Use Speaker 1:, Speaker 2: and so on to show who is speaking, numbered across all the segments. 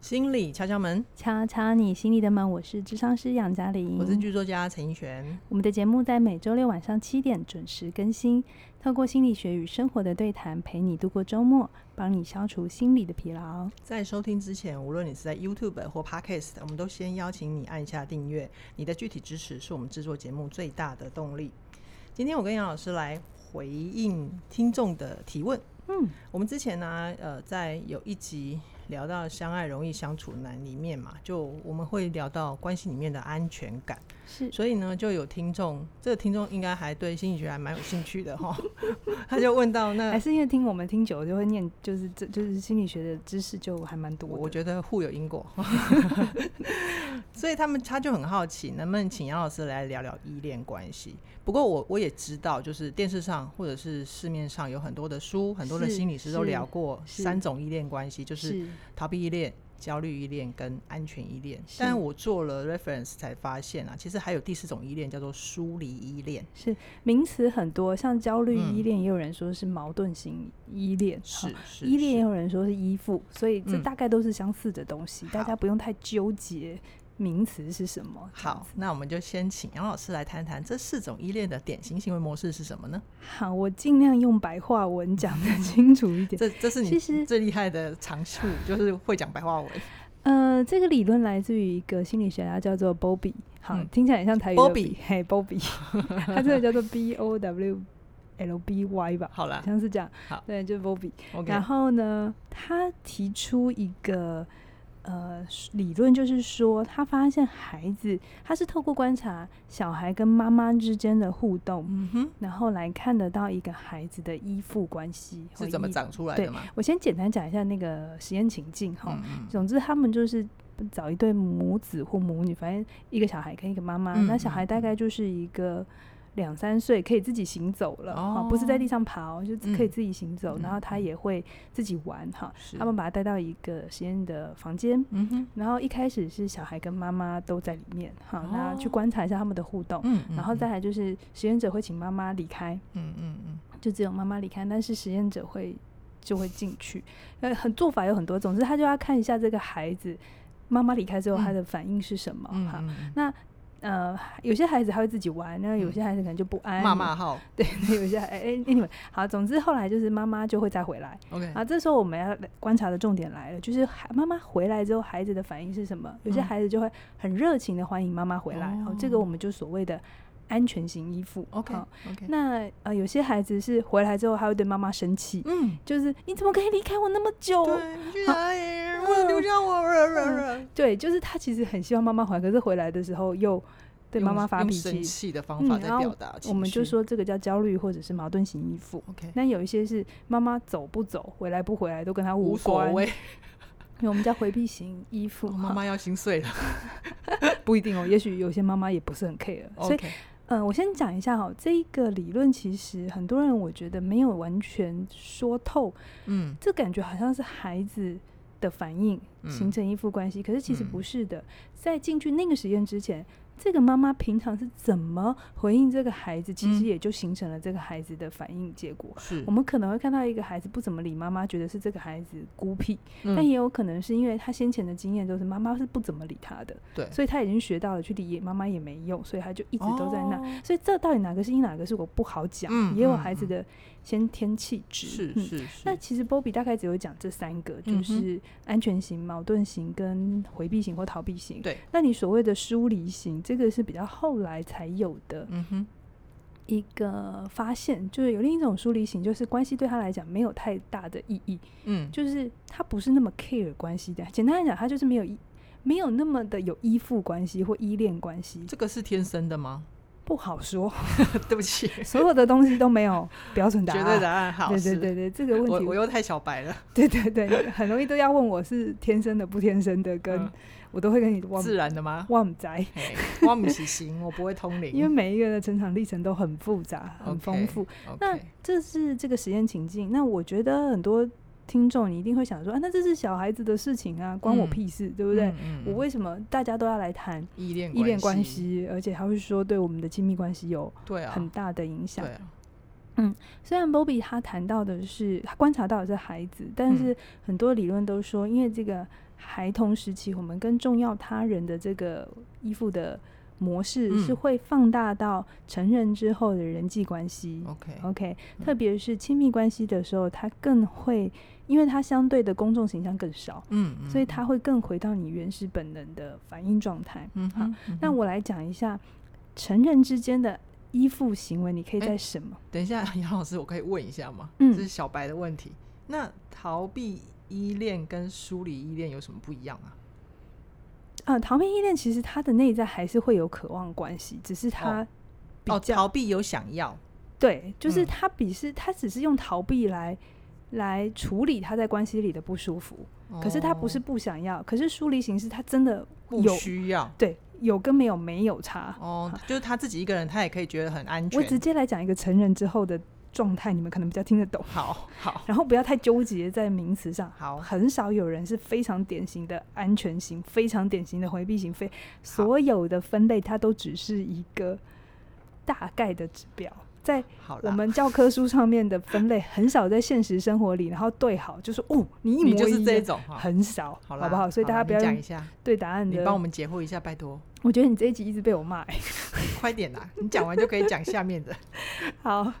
Speaker 1: 心理敲敲门，
Speaker 2: 敲敲你心里的门，我是智商师杨嘉玲，
Speaker 1: 我是剧作家陈奕璇。
Speaker 2: 我们的节目在每周六晚上七点准时更新，透过心理学与生活的对谈，陪你度过周末，帮你消除心理的疲劳。
Speaker 1: 在收听之前，无论你是在 YouTube 或 Podcast，我们都先邀请你按一下订阅，你的具体支持是我们制作节目最大的动力。今天我跟杨老师来回应听众的提问。
Speaker 2: 嗯，
Speaker 1: 我们之前呢、呃，在有一集聊到相爱容易相处难里面嘛，就我们会聊到关系里面的安全感。
Speaker 2: 是
Speaker 1: 所以呢，就有听众，这个听众应该还对心理学还蛮有兴趣的哈。 他就问到
Speaker 2: 还
Speaker 1: 那，
Speaker 2: 是因为听我们听久了就会念，就是这就是心理学的知识就还蛮多
Speaker 1: 我
Speaker 2: 的。
Speaker 1: 我觉得互有因 果，所以他们他就很好奇，能不能请杨老师来聊聊依恋关系？不过我我也知道，就是电视上或者是市面上有很多的书，很多的
Speaker 2: 是
Speaker 1: 心理师都
Speaker 2: 是
Speaker 1: 聊过
Speaker 2: 是
Speaker 1: 三种依恋关系，就是
Speaker 2: 是
Speaker 1: 逃避依恋。焦虑依恋跟安全依恋，
Speaker 2: 是
Speaker 1: 但我做了 reference 才发现啊，其实还有第四种依恋叫做疏离依恋。
Speaker 2: 名词很多，像焦虑
Speaker 1: 嗯
Speaker 2: 依恋，也有人说是矛盾型依恋，
Speaker 1: 是
Speaker 2: 哈
Speaker 1: 是
Speaker 2: 依恋哦
Speaker 1: 是
Speaker 2: 也有人说是依附，所以这
Speaker 1: 嗯
Speaker 2: 大概都是相似的东西，大
Speaker 1: 好
Speaker 2: 家不用太纠结名词是什么。这样
Speaker 1: 好
Speaker 2: 子，，
Speaker 1: 那我们就先请杨老师来谈谈这四种依恋的典型行为模式是什么呢？
Speaker 2: 好，我尽量用白话文讲 的清楚一点。
Speaker 1: 这这是
Speaker 2: 其
Speaker 1: 你
Speaker 2: 实
Speaker 1: 最厉害的长处，就是会讲白话文。
Speaker 2: 呃，这个理论来自于一个心理学家叫做 Bobby，好，
Speaker 1: 嗯
Speaker 2: 听起来很像台语的
Speaker 1: Bobby
Speaker 2: 比嘿 Bobby，他 这个叫做 B O W L B Y 吧，
Speaker 1: 好
Speaker 2: 好
Speaker 1: 啦
Speaker 2: 像是这样
Speaker 1: 好。
Speaker 2: 对，就是 Bobby。
Speaker 1: ，OK，
Speaker 2: 然后呢，他提出一个呃理论，就是说他发现孩子，他是透过观察小孩跟妈妈之间的互动，
Speaker 1: 嗯哼，
Speaker 2: 然后来看得到一个孩子的依附关系
Speaker 1: 是怎么
Speaker 2: 长？
Speaker 1: 长出来的嘛？
Speaker 2: 我先简单讲一下那个实验情境哈。
Speaker 1: 嗯嗯
Speaker 2: 总之，他们就是找一对母子或母女，反正一个小孩跟一个妈妈，
Speaker 1: 嗯
Speaker 2: 那小孩大概就是一个两三岁，可以自己行走了，哈不是在地上爬，就可以
Speaker 1: 哦嗯
Speaker 2: 自己行走，然后他也会自己玩哈。
Speaker 1: 是
Speaker 2: 他们把他带到一个实验的房间，
Speaker 1: 嗯哼，
Speaker 2: 然后一开始是小孩跟妈妈都在里面哈，那去
Speaker 1: 哦
Speaker 2: 观察一下他们的互动，
Speaker 1: 嗯，
Speaker 2: 然后再
Speaker 1: 嗯
Speaker 2: 来就是实验者会请妈妈离开，
Speaker 1: 嗯嗯嗯，
Speaker 2: 就只有妈妈离开，但是实验者会就会进去，呃，很做法有很多，总之他就要看一下这个孩子妈妈离开之后
Speaker 1: 嗯
Speaker 2: 他的反应是什么
Speaker 1: 嗯
Speaker 2: 哈。
Speaker 1: 嗯
Speaker 2: 那呃，有些孩子他会自己玩，那有
Speaker 1: 嗯
Speaker 2: 些孩子可能就不安，
Speaker 1: 嗯骂骂号
Speaker 2: 对，那 有些孩哎哎，anyway，好，总之后来就是妈妈就会再回来。
Speaker 1: ，OK，
Speaker 2: 啊，这时候我们要观察的重点来了，就是孩妈妈回来之后，孩子的反应是什么？有些
Speaker 1: 嗯
Speaker 2: 孩子就会很热情的欢迎妈妈回来，哦，这个我们就所谓的安全型依附。哦
Speaker 1: OK
Speaker 2: 好
Speaker 1: OK，
Speaker 2: 那呃，有些孩子是回来之后，他会对妈妈生气，
Speaker 1: 嗯，
Speaker 2: 就是你怎么可以离开我那么久？
Speaker 1: 对，你去哪里？不能留下我，
Speaker 2: 哦 嗯对，就是他其实很希望妈妈回来，可是回来的时候又对妈
Speaker 1: 用
Speaker 2: 妈发
Speaker 1: 用
Speaker 2: 脾
Speaker 1: 生
Speaker 2: 气。
Speaker 1: 气的方法
Speaker 2: 嗯
Speaker 1: 在
Speaker 2: 然后
Speaker 1: 表达情绪，
Speaker 2: 我们就说这个叫焦虑或者是矛盾型依附。
Speaker 1: OK，
Speaker 2: 那有一些是妈妈走不走、回来不回来都跟他
Speaker 1: 无所
Speaker 2: 关，
Speaker 1: 谓，
Speaker 2: 因为我们叫回避型依 附。
Speaker 1: 妈
Speaker 2: 哈
Speaker 1: 妈要心碎了。
Speaker 2: 不一定哦，也许有些妈妈也不是很 care。所以，
Speaker 1: OK，
Speaker 2: 呃，我先讲一下哦，这一个理论其实很多人我觉得没有完全说透，
Speaker 1: 嗯
Speaker 2: 这感觉好像是孩子的反应
Speaker 1: 嗯
Speaker 2: 形成依附关系，可是其实
Speaker 1: 嗯
Speaker 2: 不是的。在进去那个实验之前，这个妈妈平常是怎么回应这个孩子，其
Speaker 1: 嗯
Speaker 2: 实也就形成了这个孩子的反应结果。
Speaker 1: 是
Speaker 2: 我，们可能会看到一个孩子不怎么理妈妈，觉得是这个孩子孤僻，
Speaker 1: 嗯
Speaker 2: 但也有可能是因为他先前的经验都是妈妈是不怎么理他的，
Speaker 1: 对
Speaker 2: 所以他已经学到了去理妈妈也没用，所以他就一
Speaker 1: 一
Speaker 2: 直都在
Speaker 1: 哦
Speaker 2: 那。所以这到底哪个是因，哪个是我不好讲，
Speaker 1: 嗯
Speaker 2: 也有
Speaker 1: 嗯
Speaker 2: 孩子
Speaker 1: 嗯
Speaker 2: 的先天气质。
Speaker 1: 是
Speaker 2: 嗯
Speaker 1: 是是，
Speaker 2: 那其实 Bobby 大概只有讲这三个，
Speaker 1: 嗯
Speaker 2: 就
Speaker 1: 哼
Speaker 2: 是安全型、矛盾型跟回避型或逃避型。
Speaker 1: 对，
Speaker 2: 那你所谓的疏离型，这个是比较后来才有的
Speaker 1: 嗯哼，
Speaker 2: 一个发现，就是有另一种疏离型，就是关系对他来讲没有太大的意义，
Speaker 1: 嗯，
Speaker 2: 就是他不是那么 care 关系的。简单来讲，他就是没有依，没有那么的有依附关系或依恋关系，
Speaker 1: 这个是天生的 吗？
Speaker 2: 不好说，
Speaker 1: 对不起，
Speaker 2: 所有的东西都没有标准答
Speaker 1: 绝
Speaker 2: 案。
Speaker 1: 对答案好，
Speaker 2: 啊对对
Speaker 1: 是
Speaker 2: 对对，这个问
Speaker 1: 我
Speaker 2: 题
Speaker 1: 我又太小白了，
Speaker 2: 对对对，很容易都要问我是天生的不天生的，跟、
Speaker 1: 嗯
Speaker 2: 我都会跟你忘
Speaker 1: 自然的吗？
Speaker 2: 忘摘，
Speaker 1: 嘿我不是行，我不会通灵，
Speaker 2: 因为每一个人的成长历程都很复杂、很
Speaker 1: OK
Speaker 2: 丰富。那
Speaker 1: OK，
Speaker 2: 这是这个实验情境，那我觉得很多听众你一定会想说啊，那这是小孩子的事情啊，关我
Speaker 1: 嗯
Speaker 2: 屁事，对不对？
Speaker 1: 嗯？嗯
Speaker 2: 我为什么大家都要来谈
Speaker 1: 依恋
Speaker 2: 依恋关，系，而且还会说对我们的亲密关系有
Speaker 1: 对啊，
Speaker 2: 很大的影响
Speaker 1: 对？啊，
Speaker 2: 虽然
Speaker 1: 嗯
Speaker 2: Bobby 他谈到的是他观察到的是孩子，但是很多理论都说，因为这个孩童时期，我们跟重要他人的这个依附的模式，是
Speaker 1: 嗯
Speaker 2: 会放大到成人之后的人际关系。
Speaker 1: OK，
Speaker 2: OK，
Speaker 1: 嗯
Speaker 2: 特别是亲密关系的时候，他更会，因为他相对的公众形象更少，
Speaker 1: 嗯，嗯
Speaker 2: 所以他，会更回到你原始本能的反应状态。
Speaker 1: 嗯
Speaker 2: 好
Speaker 1: 哼，嗯
Speaker 2: 那
Speaker 1: 哼
Speaker 2: 我来讲一下成人之间的依附行为，你可以
Speaker 1: 哎
Speaker 2: 在什么？
Speaker 1: 等一下， 杨老师，我可以问一下吗？
Speaker 2: 嗯
Speaker 1: 这是小白的问题。那逃避依恋跟疏离依恋有什么不一样啊？
Speaker 2: 啊，逃避依恋其实他的内在还是会有渴望关系，只是他比
Speaker 1: 哦，
Speaker 2: 较、
Speaker 1: 逃避有想要，
Speaker 2: 对，就是
Speaker 1: 嗯
Speaker 2: 他比是他只是用逃避来来处理他在关系里的不舒服，可是他不是
Speaker 1: 哦
Speaker 2: 不想要，可是疏离形式他真的
Speaker 1: 不
Speaker 2: 有
Speaker 1: 需要
Speaker 2: 对有跟没有没有差。
Speaker 1: 哦，就是他自己一个人，他也可以觉得很安全。
Speaker 2: 我直接来讲一个成人之后的状态，你们可能比较听得懂，
Speaker 1: 好好，
Speaker 2: 然后不要太纠结在名词上。
Speaker 1: 好
Speaker 2: 很少有人是非常典型的安全型，非常典型的回避型，非所有的分类它都只是一个大概的指标，在
Speaker 1: 好
Speaker 2: 我
Speaker 1: 啦，
Speaker 2: 们教科书上面的分类很少在现实生活里，然后对好就是哦，你一模一
Speaker 1: 你
Speaker 2: 样，
Speaker 1: 就是这一种哈。
Speaker 2: 很少，
Speaker 1: 好啦，
Speaker 2: 不好？所以大家
Speaker 1: 啦
Speaker 2: 不要
Speaker 1: 你讲一下，
Speaker 2: 对答案
Speaker 1: 你
Speaker 2: 的。
Speaker 1: 帮我们解惑一下，拜托，
Speaker 2: 我觉得你这一集一直被我骂、欸
Speaker 1: 快点啦！你讲完就可以讲下 面的。
Speaker 2: 好，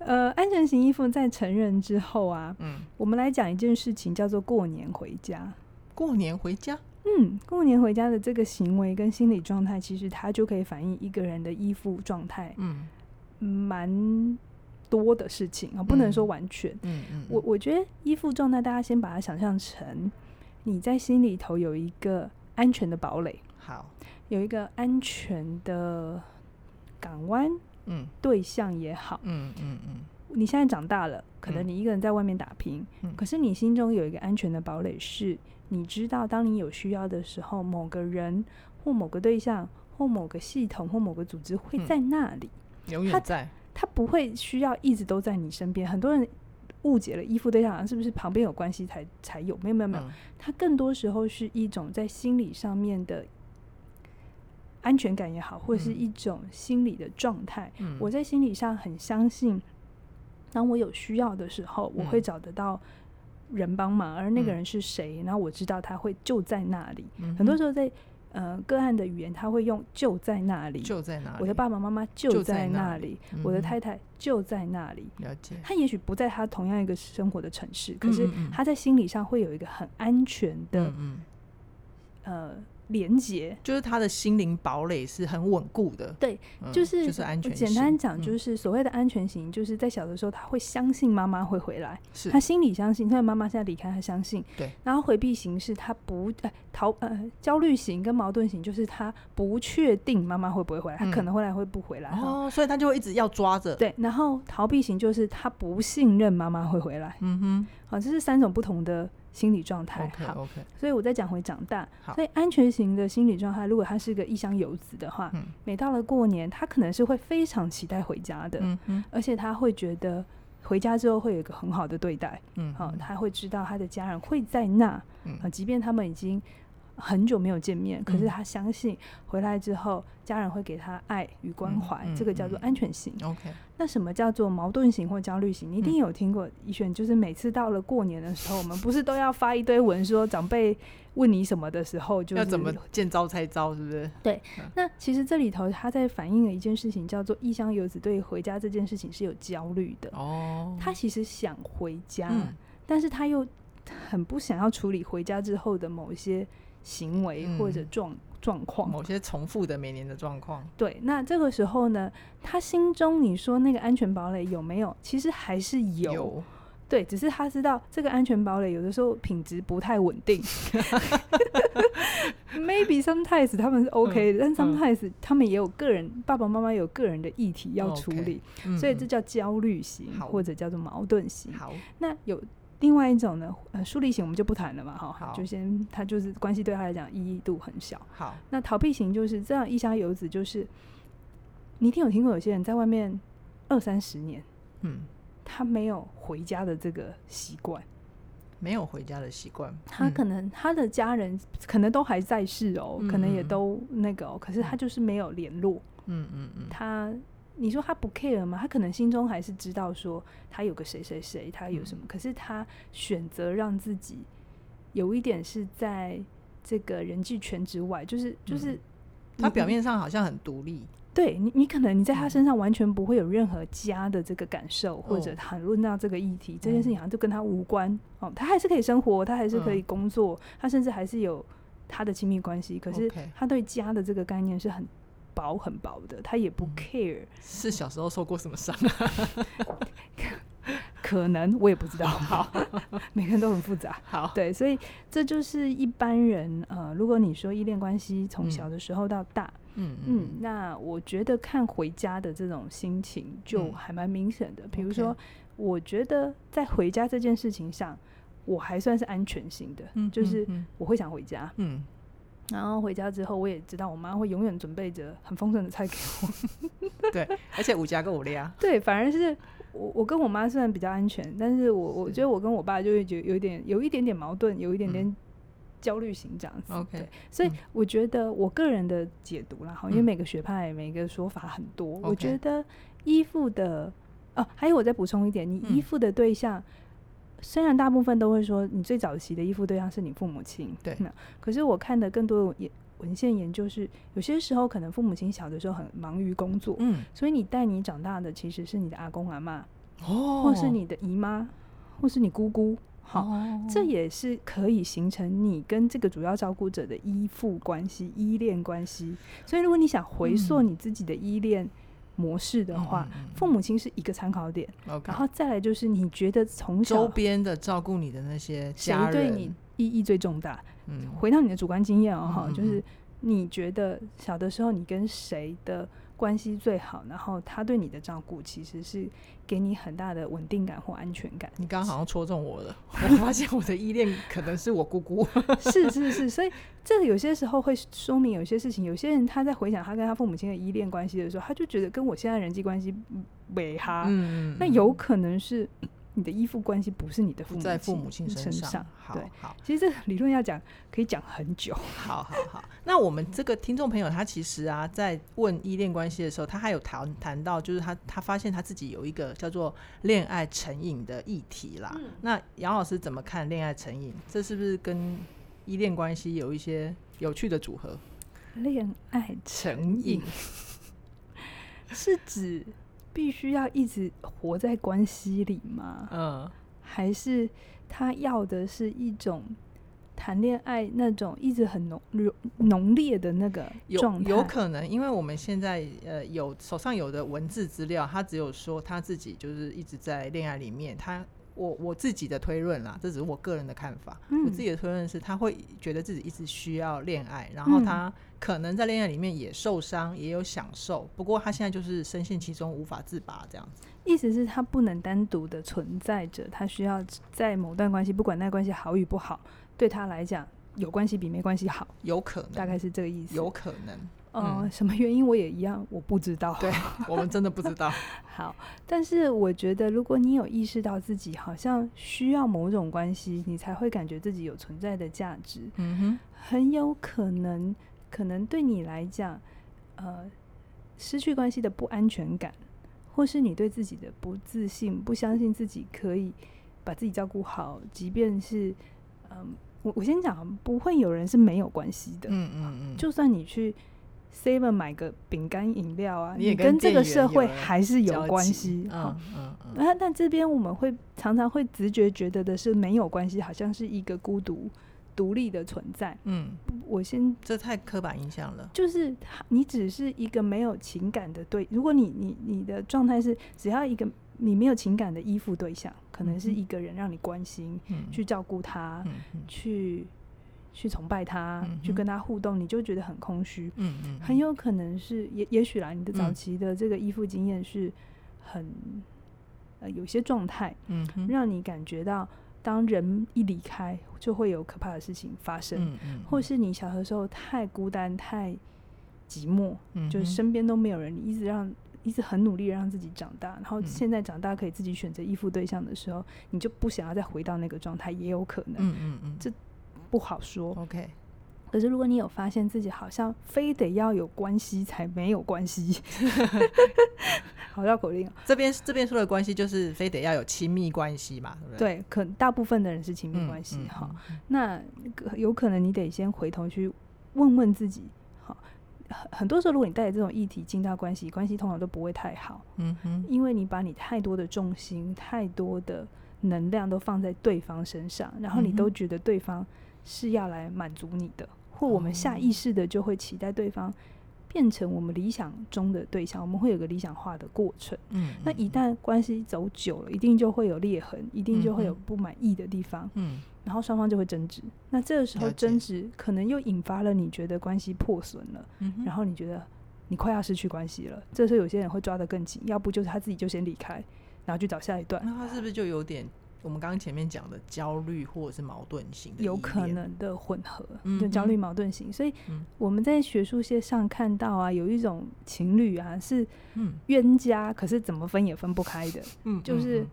Speaker 2: 呃，安全型依附在成人之后啊，
Speaker 1: 嗯，
Speaker 2: 我们来讲一件事情，叫做过年回家。
Speaker 1: 过年回家，
Speaker 2: 嗯，过年回家的这个行为跟心理状态，其实它就可以反映一个人的依附状态，
Speaker 1: 嗯
Speaker 2: 蛮多的事情啊，不能说
Speaker 1: 嗯
Speaker 2: 完全。
Speaker 1: 嗯嗯，
Speaker 2: 我我觉得依附状态，大家先把它想象成你在心里头有一个安全的堡垒，
Speaker 1: 好，
Speaker 2: 有一个安全的港湾
Speaker 1: 嗯
Speaker 2: 对象也好。
Speaker 1: 嗯嗯嗯，
Speaker 2: 你现在长大了，可能
Speaker 1: 嗯
Speaker 2: 你一个人在外面打拼，
Speaker 1: 嗯
Speaker 2: 可是你心中有一个安全的堡垒，是你知道，当你有需要的时候，某个人或某个对象或某个系统或某个组织会
Speaker 1: 嗯
Speaker 2: 在那里，
Speaker 1: 永
Speaker 2: 他
Speaker 1: 远在。
Speaker 2: 他不会需要一直都在你身边。很多人误解了依附对象好像是不是旁边有关系才才有，没有没有没有，
Speaker 1: 嗯
Speaker 2: 他更多时候是一种在心理上面的安全感也好，或者是
Speaker 1: 嗯
Speaker 2: 一种心理的状态。
Speaker 1: 嗯
Speaker 2: 我在心理上很相信，当我有需要的时候，我会
Speaker 1: 嗯
Speaker 2: 找得到人帮忙，而那个
Speaker 1: 嗯
Speaker 2: 人是谁，然后我知道他会就在那里。
Speaker 1: 嗯
Speaker 2: 很多
Speaker 1: 哼
Speaker 2: 时候在呃个案的语言，他会用就在那里，
Speaker 1: 就在哪里？
Speaker 2: 我的爸爸妈妈
Speaker 1: 就
Speaker 2: 就
Speaker 1: 在
Speaker 2: 在
Speaker 1: 那
Speaker 2: 那里
Speaker 1: 里，
Speaker 2: 我的
Speaker 1: 嗯哼
Speaker 2: 太太就在那里。
Speaker 1: 了解，
Speaker 2: 他也许不在他同样一个生活的城市，可是
Speaker 1: 嗯嗯嗯
Speaker 2: 他在心理上会有一个很安全的、
Speaker 1: 嗯嗯，
Speaker 2: 呃连接。
Speaker 1: 就是他的心灵堡垒是很稳固的，
Speaker 2: 对
Speaker 1: 嗯，
Speaker 2: 就是、
Speaker 1: 就是安全性。
Speaker 2: 简单讲，就
Speaker 1: 嗯
Speaker 2: 是所谓的安全型，就是在小的时候他会相信妈妈会回来，
Speaker 1: 是
Speaker 2: 他心里相信，他的妈妈现在离开，他相信。
Speaker 1: 对。
Speaker 2: 然后回避型是他不呃逃呃焦虑型跟矛盾型，就是他不确定妈妈会不会回来，他可
Speaker 1: 嗯
Speaker 2: 能会来会不回来。哈。
Speaker 1: 哦，所以他就会一直要抓着，，
Speaker 2: 对，然后逃避型就是他不信任妈妈会回来。
Speaker 1: 嗯
Speaker 2: 好，这是三种不同的心理状
Speaker 1: 哼
Speaker 2: 态。
Speaker 1: ，OK
Speaker 2: 好，
Speaker 1: OK，
Speaker 2: 所以我再讲回长大
Speaker 1: 好，
Speaker 2: 所以安全型的心理状态，如果他是个异乡游子的话，
Speaker 1: 嗯
Speaker 2: 每到了过年，他可能是会非常期待回家的，
Speaker 1: 嗯哼，
Speaker 2: 而且他会觉得回家之后会有一个很好的对待。
Speaker 1: 嗯
Speaker 2: 好、
Speaker 1: 哼，
Speaker 2: 他会知道他的家人会在那啊、
Speaker 1: 嗯
Speaker 2: 即便他们已经很久没有见面，可是
Speaker 1: 嗯
Speaker 2: 他相信回来之后，家人会给他爱与关
Speaker 1: 嗯
Speaker 2: 怀，
Speaker 1: 嗯
Speaker 2: 这个叫做
Speaker 1: 嗯
Speaker 2: 安全型。
Speaker 1: ，OK，
Speaker 2: 那什么叫做矛盾型或焦虑型？你
Speaker 1: 嗯
Speaker 2: 一定有听过，一轩、就是每次到了过年的时候，我们不是都要发一堆文说长辈问你什么的时候，就是
Speaker 1: 要怎么见招拆招，是不是？
Speaker 2: 那其实这里头他在反映了一件事情，叫做异乡游子对回家这件事情是有焦虑的。
Speaker 1: 哦，
Speaker 2: 他其实想回家，
Speaker 1: 嗯
Speaker 2: 但是他又很不想要处理回家之后的某一些行为
Speaker 1: 嗯
Speaker 2: 或者状状况。
Speaker 1: 某些重复的每年的状况，
Speaker 2: 对，那这个时候呢，他心中你说那个安全堡垒有没有？其实还是有，
Speaker 1: 有
Speaker 2: 对，只是他知道这个安全堡垒有的时候品质不太稳 定。Maybe sometimes 他
Speaker 1: 嗯
Speaker 2: 们是 OK 的，但 sometimes 他们也有个人爸爸妈妈有个人的议题要处
Speaker 1: OK，
Speaker 2: 理
Speaker 1: 嗯
Speaker 2: 所以这
Speaker 1: 嗯
Speaker 2: 叫焦虑型
Speaker 1: 好
Speaker 2: 或者叫做矛盾型。
Speaker 1: 好，
Speaker 2: 那有另外一种呢，呃，疏离型我们就不谈了嘛，哈，
Speaker 1: 好
Speaker 2: 就先他就是关系对他来讲意义度很小。
Speaker 1: 好，
Speaker 2: 那逃避型就是这样，一箱游子就是，你一定有听过有些人在外面二三十年，
Speaker 1: 嗯，
Speaker 2: 他没有回家的这个习惯，
Speaker 1: 没有回家的习惯，
Speaker 2: 他
Speaker 1: 嗯
Speaker 2: 可能他的家人可能都还在世哦，可能也
Speaker 1: 嗯
Speaker 2: 都那个哦，可是他就是没有联络，
Speaker 1: 嗯嗯嗯，
Speaker 2: 他。你说他不 care 吗？他可能心中还是
Speaker 1: 嗯
Speaker 2: 知道说他有个谁谁谁，他有什么，可是他选择让自己有一点是在这个人际圈之外，就是就是
Speaker 1: 嗯他
Speaker 2: 你
Speaker 1: 表
Speaker 2: 你
Speaker 1: 面上好像很独立，
Speaker 2: 对你，你可能你在他
Speaker 1: 嗯
Speaker 2: 身上完全不会有任何家的这个感受，或者
Speaker 1: 哦
Speaker 2: 谈论到这个议题，这件事
Speaker 1: 嗯
Speaker 2: 情好像就跟他无关哦。他还是可以生活，他还是可以
Speaker 1: 嗯
Speaker 2: 工作，他甚至还是有他的亲密关系，可是
Speaker 1: OK
Speaker 2: 他对家的这个概念是很薄很薄的，他也不
Speaker 1: 嗯
Speaker 2: care。
Speaker 1: 是小时候受过什么伤？
Speaker 2: 可能我也不 知道，好， 每个人都很复杂。
Speaker 1: 好，
Speaker 2: 对，所以这就是一般人呃，如果你说依恋关系从
Speaker 1: 嗯
Speaker 2: 小的时候到大，
Speaker 1: 嗯
Speaker 2: 嗯，那我觉得看回家的这种心情就
Speaker 1: 嗯
Speaker 2: 还蛮明显的。比如
Speaker 1: OK
Speaker 2: 说，我觉得在回家这件事情上，我还算是安全性的，
Speaker 1: 嗯
Speaker 2: 就是
Speaker 1: 嗯
Speaker 2: 我会想回家。
Speaker 1: 嗯
Speaker 2: 然后回家之后，我也知道我妈会永远准备着很丰盛的菜给我。
Speaker 1: 嗯对，而且五加跟五俩，
Speaker 2: 对，反而是我我跟我妈虽然比较安全，但是我我
Speaker 1: 是嗯
Speaker 2: 觉得我跟我爸就会觉得有一点有一点点矛盾，有一点点焦虑型这样子。
Speaker 1: OK，
Speaker 2: 对所以
Speaker 1: 嗯
Speaker 2: 我觉得我个人的解读啦，哈、因为
Speaker 1: 嗯
Speaker 2: 每个学派每个说法很多，我
Speaker 1: OK
Speaker 2: 觉得依附的哦、还有我再补充一点，你
Speaker 1: 嗯
Speaker 2: 依附的对象。虽然大部分都会说你最早期的依附对象是你父母亲，
Speaker 1: 对
Speaker 2: 那可是我看的更多的研文献研究是，有些时候可能父母亲小的时候很忙于工作，
Speaker 1: 嗯
Speaker 2: 所以你带你长大的其实是你的阿公阿妈，
Speaker 1: 哦，
Speaker 2: 或是你的姨妈，或是你姑姑。好，
Speaker 1: 哦
Speaker 2: 这也是可以形成你跟这个主要照顾者的依附关系、依恋关系。所以，如果你想回溯
Speaker 1: 嗯
Speaker 2: 你自己的依恋模式的话，
Speaker 1: 嗯嗯嗯
Speaker 2: 父母亲是一个参考点，
Speaker 1: ，OK，
Speaker 2: 然后再来就是你觉得从
Speaker 1: 周
Speaker 2: 小
Speaker 1: 边的照顾你的那些
Speaker 2: 谁
Speaker 1: 家人，
Speaker 2: 对你意义最重大？
Speaker 1: 嗯
Speaker 2: 回到你的主观经验哦，哈、
Speaker 1: 嗯嗯。
Speaker 2: 就是你觉得小的时候你跟谁的关系最好，然后他对你的照顾其实是给你很大的稳定感或安全感
Speaker 1: 你刚刚好像戳中我了，我发现我的依恋可能是我姑 姑。
Speaker 2: 是是是，所以这个有些时候会说明有些事情，有些人他在回想他跟他父母亲的依恋关系的时候，他就觉得跟我现在人际关系嗯没哈，
Speaker 1: 嗯
Speaker 2: 那有可能是你的依附关系不是你的父母
Speaker 1: 在父母亲身
Speaker 2: 身上
Speaker 1: 好
Speaker 2: 对
Speaker 1: 好
Speaker 2: 其实这个理论要讲可以讲很久，
Speaker 1: 好好好。那我们这个听众朋友，他其实啊，在问依恋关系的时候，他还有谈谈到，就是他他发现他自己有一个叫做恋爱成瘾的议题啦。那杨老师怎么看恋爱成瘾？这是不是跟依恋关系有一些有趣的组合？
Speaker 2: 恋爱
Speaker 1: 成瘾，
Speaker 2: 是指必须要一直活在关系里吗？
Speaker 1: 嗯，
Speaker 2: 还是他要的是一种谈恋爱那种一直很浓浓浓烈的那个
Speaker 1: 有
Speaker 2: 状态？
Speaker 1: 有可能，因为我们现在呃有手上有的文字资料，他只有说他自己就是一直在恋爱里面，他我我自己的推论啦，这只是我个人的看法。我
Speaker 2: 嗯
Speaker 1: 自己的推论是，他会觉得自己一直需要恋爱，然后
Speaker 2: 嗯
Speaker 1: 他可能在恋爱里面也受伤，也有享受，不过他现在就是深陷其中无法自拔这样子。
Speaker 2: 意思是他不能单独的存在着，他需要在某段关系，不管那关系好与不好，对他来讲有关系比没关系好，
Speaker 1: 有可能，
Speaker 2: 大概是这个意思。
Speaker 1: 嗯有可能，
Speaker 2: 呃，
Speaker 1: 嗯
Speaker 2: 什么原因我也一样，我不知道。
Speaker 1: 对我们真的不知 道。
Speaker 2: 好，但是我觉得，如果你有意识到自己好像需要某种关系，你才会感觉自己有存在的价值，
Speaker 1: 嗯
Speaker 2: 很有可能，可能对你来讲，呃，失去关系的不安全感，或是你对自己的不自信，不相信自己可以把自己照顾好，即便是，嗯、我我先讲，啊不会有人是没有关系的，
Speaker 1: 嗯嗯嗯，
Speaker 2: 就算你去 Seven 买个饼干、饮料啊，
Speaker 1: 你也
Speaker 2: 你
Speaker 1: 跟
Speaker 2: 跟这个
Speaker 1: 店员
Speaker 2: 社
Speaker 1: 有
Speaker 2: 会
Speaker 1: 了
Speaker 2: 还是有
Speaker 1: 交
Speaker 2: 关
Speaker 1: 集
Speaker 2: 系。好
Speaker 1: 嗯嗯嗯，
Speaker 2: 那但这边我们会常常会直觉觉得的是没有关系，好像是一个孤独、独立的存在。
Speaker 1: 嗯，
Speaker 2: 我先
Speaker 1: 这太刻板印象了。
Speaker 2: 就是他你只是一个没有情感的对，如果你你你的状态是只要一个你没有情感的依附对象，可能是
Speaker 1: 嗯哼
Speaker 2: 一个人让你关心、
Speaker 1: 嗯，
Speaker 2: 去照顾他、
Speaker 1: 嗯嗯
Speaker 2: 去去崇拜他、
Speaker 1: 嗯
Speaker 2: 去
Speaker 1: 哼
Speaker 2: 跟他互动，你就觉得很空虚。
Speaker 1: 嗯嗯，
Speaker 2: 很有可能是也也许啦，你的早
Speaker 1: 嗯
Speaker 2: 期的这个依附经验是很呃有些状态，
Speaker 1: 嗯哼
Speaker 2: 让你感觉到当人一离开，就会有可怕的事情发生，
Speaker 1: 嗯嗯，
Speaker 2: 或是你小的时候太孤单、太寂寞，
Speaker 1: 嗯
Speaker 2: 就是
Speaker 1: 哼
Speaker 2: 身边都没有人，你一直让。一直很努力地让自己长大，然后
Speaker 1: 嗯
Speaker 2: 现在长大可以自己选择依附对象的时候，你就不想要再回到那个状态，也有可能，
Speaker 1: 嗯嗯嗯
Speaker 2: 这不好说。
Speaker 1: ，OK，
Speaker 2: 可是如果你有发现自己好像非得要有关系才没有关 系，好绕口令哦。
Speaker 1: 这边这边说的关系就是非得要有亲密关系嘛，对不对？
Speaker 2: 对，可大部分的人是亲密
Speaker 1: 嗯
Speaker 2: 关系
Speaker 1: 嗯
Speaker 2: 哈、
Speaker 1: 嗯
Speaker 2: 那可有可能你得先回头去问问自己，好，很很多时候如果你带着这种议题进到关系，关系通常都不会太好，
Speaker 1: 嗯哼，
Speaker 2: 因为你把你太多的重心、太多的能量都放在对方身上，然后你
Speaker 1: 嗯哼
Speaker 2: 都觉得对方是要来满足你的，或我们下
Speaker 1: 哦
Speaker 2: 意识的就会期待对方变成我们理想中的对象，我们会有个理想化的过程。
Speaker 1: 嗯，
Speaker 2: 那一旦关系走久了，一定就会有裂痕，一定就会有
Speaker 1: 嗯哼
Speaker 2: 不满意的地方。
Speaker 1: 嗯
Speaker 2: 然后双方就会争执。那这个时候
Speaker 1: 了解
Speaker 2: 争执可能又引发了你觉得关系破损了，
Speaker 1: 嗯哼，
Speaker 2: 然后你觉得你快要失去关系了。这时候有些人会抓得更紧，要不就是他自己就先离开，然后去找下一段，
Speaker 1: 那他是不是就有点我们刚刚前面讲的焦虑或者是矛盾型的？
Speaker 2: 有可，能的混合，
Speaker 1: 嗯
Speaker 2: 就焦虑
Speaker 1: 嗯
Speaker 2: 矛盾型。所以
Speaker 1: 嗯
Speaker 2: 我们在学术界上看到啊，有一种情侣啊是
Speaker 1: 嗯
Speaker 2: 冤家，可是怎么分也分不开的，
Speaker 1: 嗯，
Speaker 2: 就
Speaker 1: 嗯
Speaker 2: 是
Speaker 1: 嗯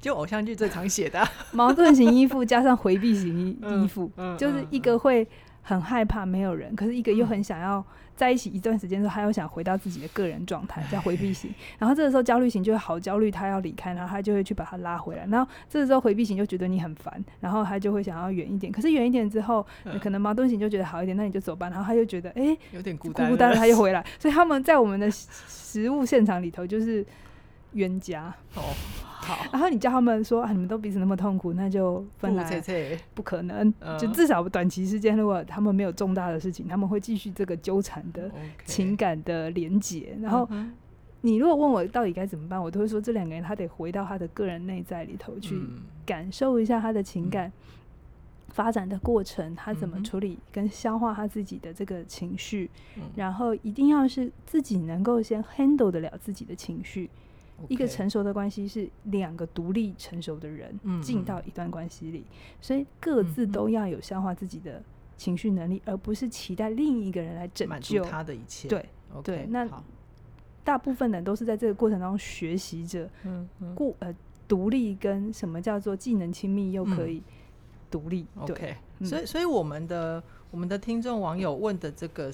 Speaker 1: 就偶像剧最常写的啊，
Speaker 2: 矛盾型依附加上回避型依
Speaker 1: 嗯
Speaker 2: 依附，
Speaker 1: 嗯
Speaker 2: 就是一
Speaker 1: 嗯
Speaker 2: 个会很害怕没有人，可是一个又很想要在一起一段时间之后，他又想回到自己的个人状态，叫回避型。然后这个时候焦虑型就会好焦虑，他要离开，然后他就会去把他拉回来。然后这个时候回避型就觉得你很烦，然后他就会想要远一点。可是远一点之后，
Speaker 1: 嗯
Speaker 2: 可能矛盾型就觉得好一点，那你就走吧。然后他又觉得诶，
Speaker 1: 有点孤
Speaker 2: 孤
Speaker 1: 单，
Speaker 2: 孤单了，他又回来。所以他们在我们的实实物现场里头就是冤家。
Speaker 1: 哦，好，
Speaker 2: 然后你叫他们说啊，你们都彼此那么痛苦，那就分
Speaker 1: 不
Speaker 2: 来
Speaker 1: 切切，
Speaker 2: 不可能，就
Speaker 1: 嗯
Speaker 2: 至少短期之间，如果他们没有重大的事情，他们会继续这个纠缠的
Speaker 1: 哦 OK
Speaker 2: 情，感的连结。然后
Speaker 1: 嗯
Speaker 2: 你如果问我到底该怎么办，我都会说这两个人他得回到他的个人内在里头
Speaker 1: 哼
Speaker 2: 去
Speaker 1: 嗯
Speaker 2: 感受一下他的情感发展的过程，他怎
Speaker 1: 嗯
Speaker 2: 么
Speaker 1: 哼
Speaker 2: 处理跟消化他自己的这个情绪，
Speaker 1: 嗯
Speaker 2: 然后一定要是自己能够先 handle 得了自己的情绪。一个
Speaker 1: OK
Speaker 2: 成熟的关系是两个独立成熟的人
Speaker 1: 嗯
Speaker 2: 进到一段关系里，所以各自
Speaker 1: 嗯嗯
Speaker 2: 都要有消化自己的情绪能力，而不是期待另一个人来拯
Speaker 1: 满足
Speaker 2: 救。
Speaker 1: 他的一切，
Speaker 2: 对，
Speaker 1: OK，
Speaker 2: 对那
Speaker 1: 好
Speaker 2: 大部分人都是在这个过程当中学习着
Speaker 1: 嗯嗯
Speaker 2: 顾呃独立跟什么叫做既能亲密又可
Speaker 1: 嗯
Speaker 2: 以独立。对，
Speaker 1: ，OK，
Speaker 2: 嗯
Speaker 1: 所以所以我们的我们的听众网友问的这个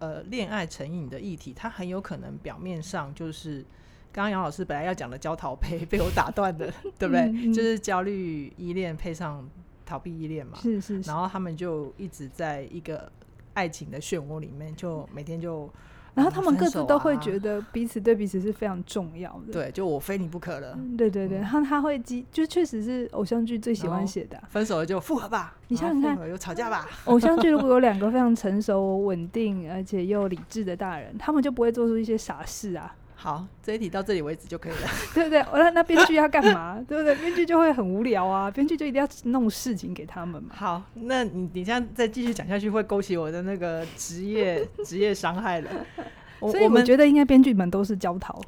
Speaker 1: 呃恋爱成瘾的议题，它很有可能表面上就是刚刚杨老师本来要讲的焦逃配 被我打断 的，对不对？
Speaker 2: 嗯嗯
Speaker 1: 就是焦虑依恋配上逃避依恋嘛，
Speaker 2: 是是是
Speaker 1: 然。后他们就一直在一个爱情的漩涡里面，
Speaker 2: 嗯
Speaker 1: 就每天就。
Speaker 2: 然后他们
Speaker 1: 分
Speaker 2: 各自
Speaker 1: 手
Speaker 2: 都会
Speaker 1: 啊
Speaker 2: 觉得彼此对彼此是非常重要的。
Speaker 1: 对，就我非你不可了，
Speaker 2: 嗯对对对，
Speaker 1: 嗯哦
Speaker 2: 他他会激，就确实是偶像剧最喜
Speaker 1: 然
Speaker 2: 欢
Speaker 1: 后
Speaker 2: 写的啊、
Speaker 1: 分手了就复合吧，
Speaker 2: 你
Speaker 1: 然后
Speaker 2: 想想
Speaker 1: 复合又吵架 吧，
Speaker 2: 偶像剧如果有两个非常成熟、稳定 而且又理智的大人，他们就不会做出一些傻事啊，
Speaker 1: 好，这一题到这里为止就可以了。
Speaker 2: 对不对？ 那那编剧要干嘛？ 对不对？编剧就会很无聊啊，编剧就一定要弄事情给他们嘛。
Speaker 1: 好，那你你这样再继续讲下去，会勾起我的那个职 业职业伤害了。我
Speaker 2: 所以我
Speaker 1: 们
Speaker 2: 觉得应该编剧们都是焦逃，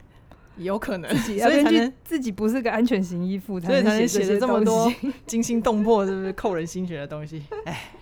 Speaker 1: 有可能，
Speaker 2: 自 己啊
Speaker 1: 所以
Speaker 2: 编
Speaker 1: 才
Speaker 2: 剧
Speaker 1: 能
Speaker 2: 自己不是个安全型依附，
Speaker 1: 所以才能
Speaker 2: 写
Speaker 1: 写得
Speaker 2: 些
Speaker 1: 这么
Speaker 2: 东
Speaker 1: 多
Speaker 2: 西
Speaker 1: 惊心动魄，是不是扣人心弦的东 西？哎，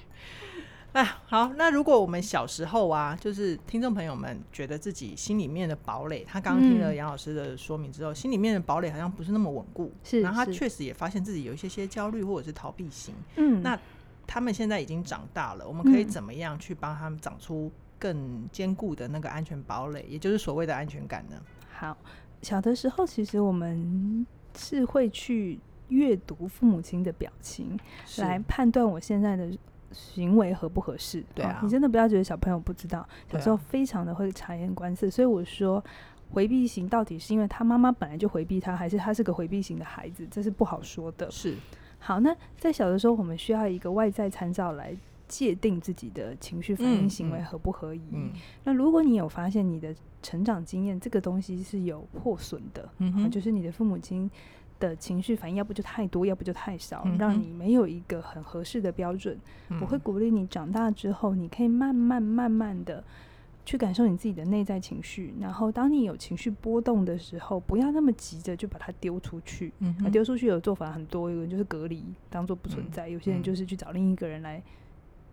Speaker 1: 哎，好，那如果我们小时候啊，就是听众朋友们觉得自己心里面的堡垒，他刚刚听了
Speaker 2: 嗯
Speaker 1: 杨老师的说明之后，心里面的堡垒好像不是那么稳固，
Speaker 2: 是
Speaker 1: 然后他
Speaker 2: 是
Speaker 1: 确实也发现自己有一些些焦虑或者是逃避型，
Speaker 2: 嗯，
Speaker 1: 那他们现在已经长大了，我们可以
Speaker 2: 嗯
Speaker 1: 怎么样去帮他们长出更坚固的那个安全堡垒，也就是所谓的安全感呢？
Speaker 2: 好，小的时候其实我们是会去阅读父母亲的表情，
Speaker 1: 是
Speaker 2: 来判断我现在的行为合不合适。
Speaker 1: 对
Speaker 2: 哦
Speaker 1: 啊
Speaker 2: 你真的不要觉得小朋友不知道，小
Speaker 1: 对
Speaker 2: 时候
Speaker 1: 啊
Speaker 2: 非常的会察言观色，所以我说。回避型到底是因为他妈妈本来就回避他，还是他是个回避型的孩子？这是不好说的。
Speaker 1: 是，
Speaker 2: 好，那在小的时候，我们需要一个外在参照来界定自己的情绪反应
Speaker 1: 嗯
Speaker 2: 行为
Speaker 1: 嗯
Speaker 2: 合不合宜。
Speaker 1: 嗯
Speaker 2: 那如果你有发现你的成长经验这个东西是有破损的，
Speaker 1: 嗯
Speaker 2: 啊
Speaker 1: 哼
Speaker 2: 就是你的父母亲的情绪反应，要不就太多，要不就太少，
Speaker 1: 嗯哼
Speaker 2: 让你没有一个很合适的标准。我会
Speaker 1: 嗯
Speaker 2: 鼓励你长大之后，你可以慢慢慢慢的去感受你自己的内在情绪，然后当你有情绪波动的时候，不要那么急着就把它丢出去。
Speaker 1: 嗯
Speaker 2: 啊，
Speaker 1: 哼
Speaker 2: 丢出去有做法很多，有人就是隔离，当做不存
Speaker 1: 嗯
Speaker 2: 在；有些人
Speaker 1: 嗯
Speaker 2: 就是去找另一个人来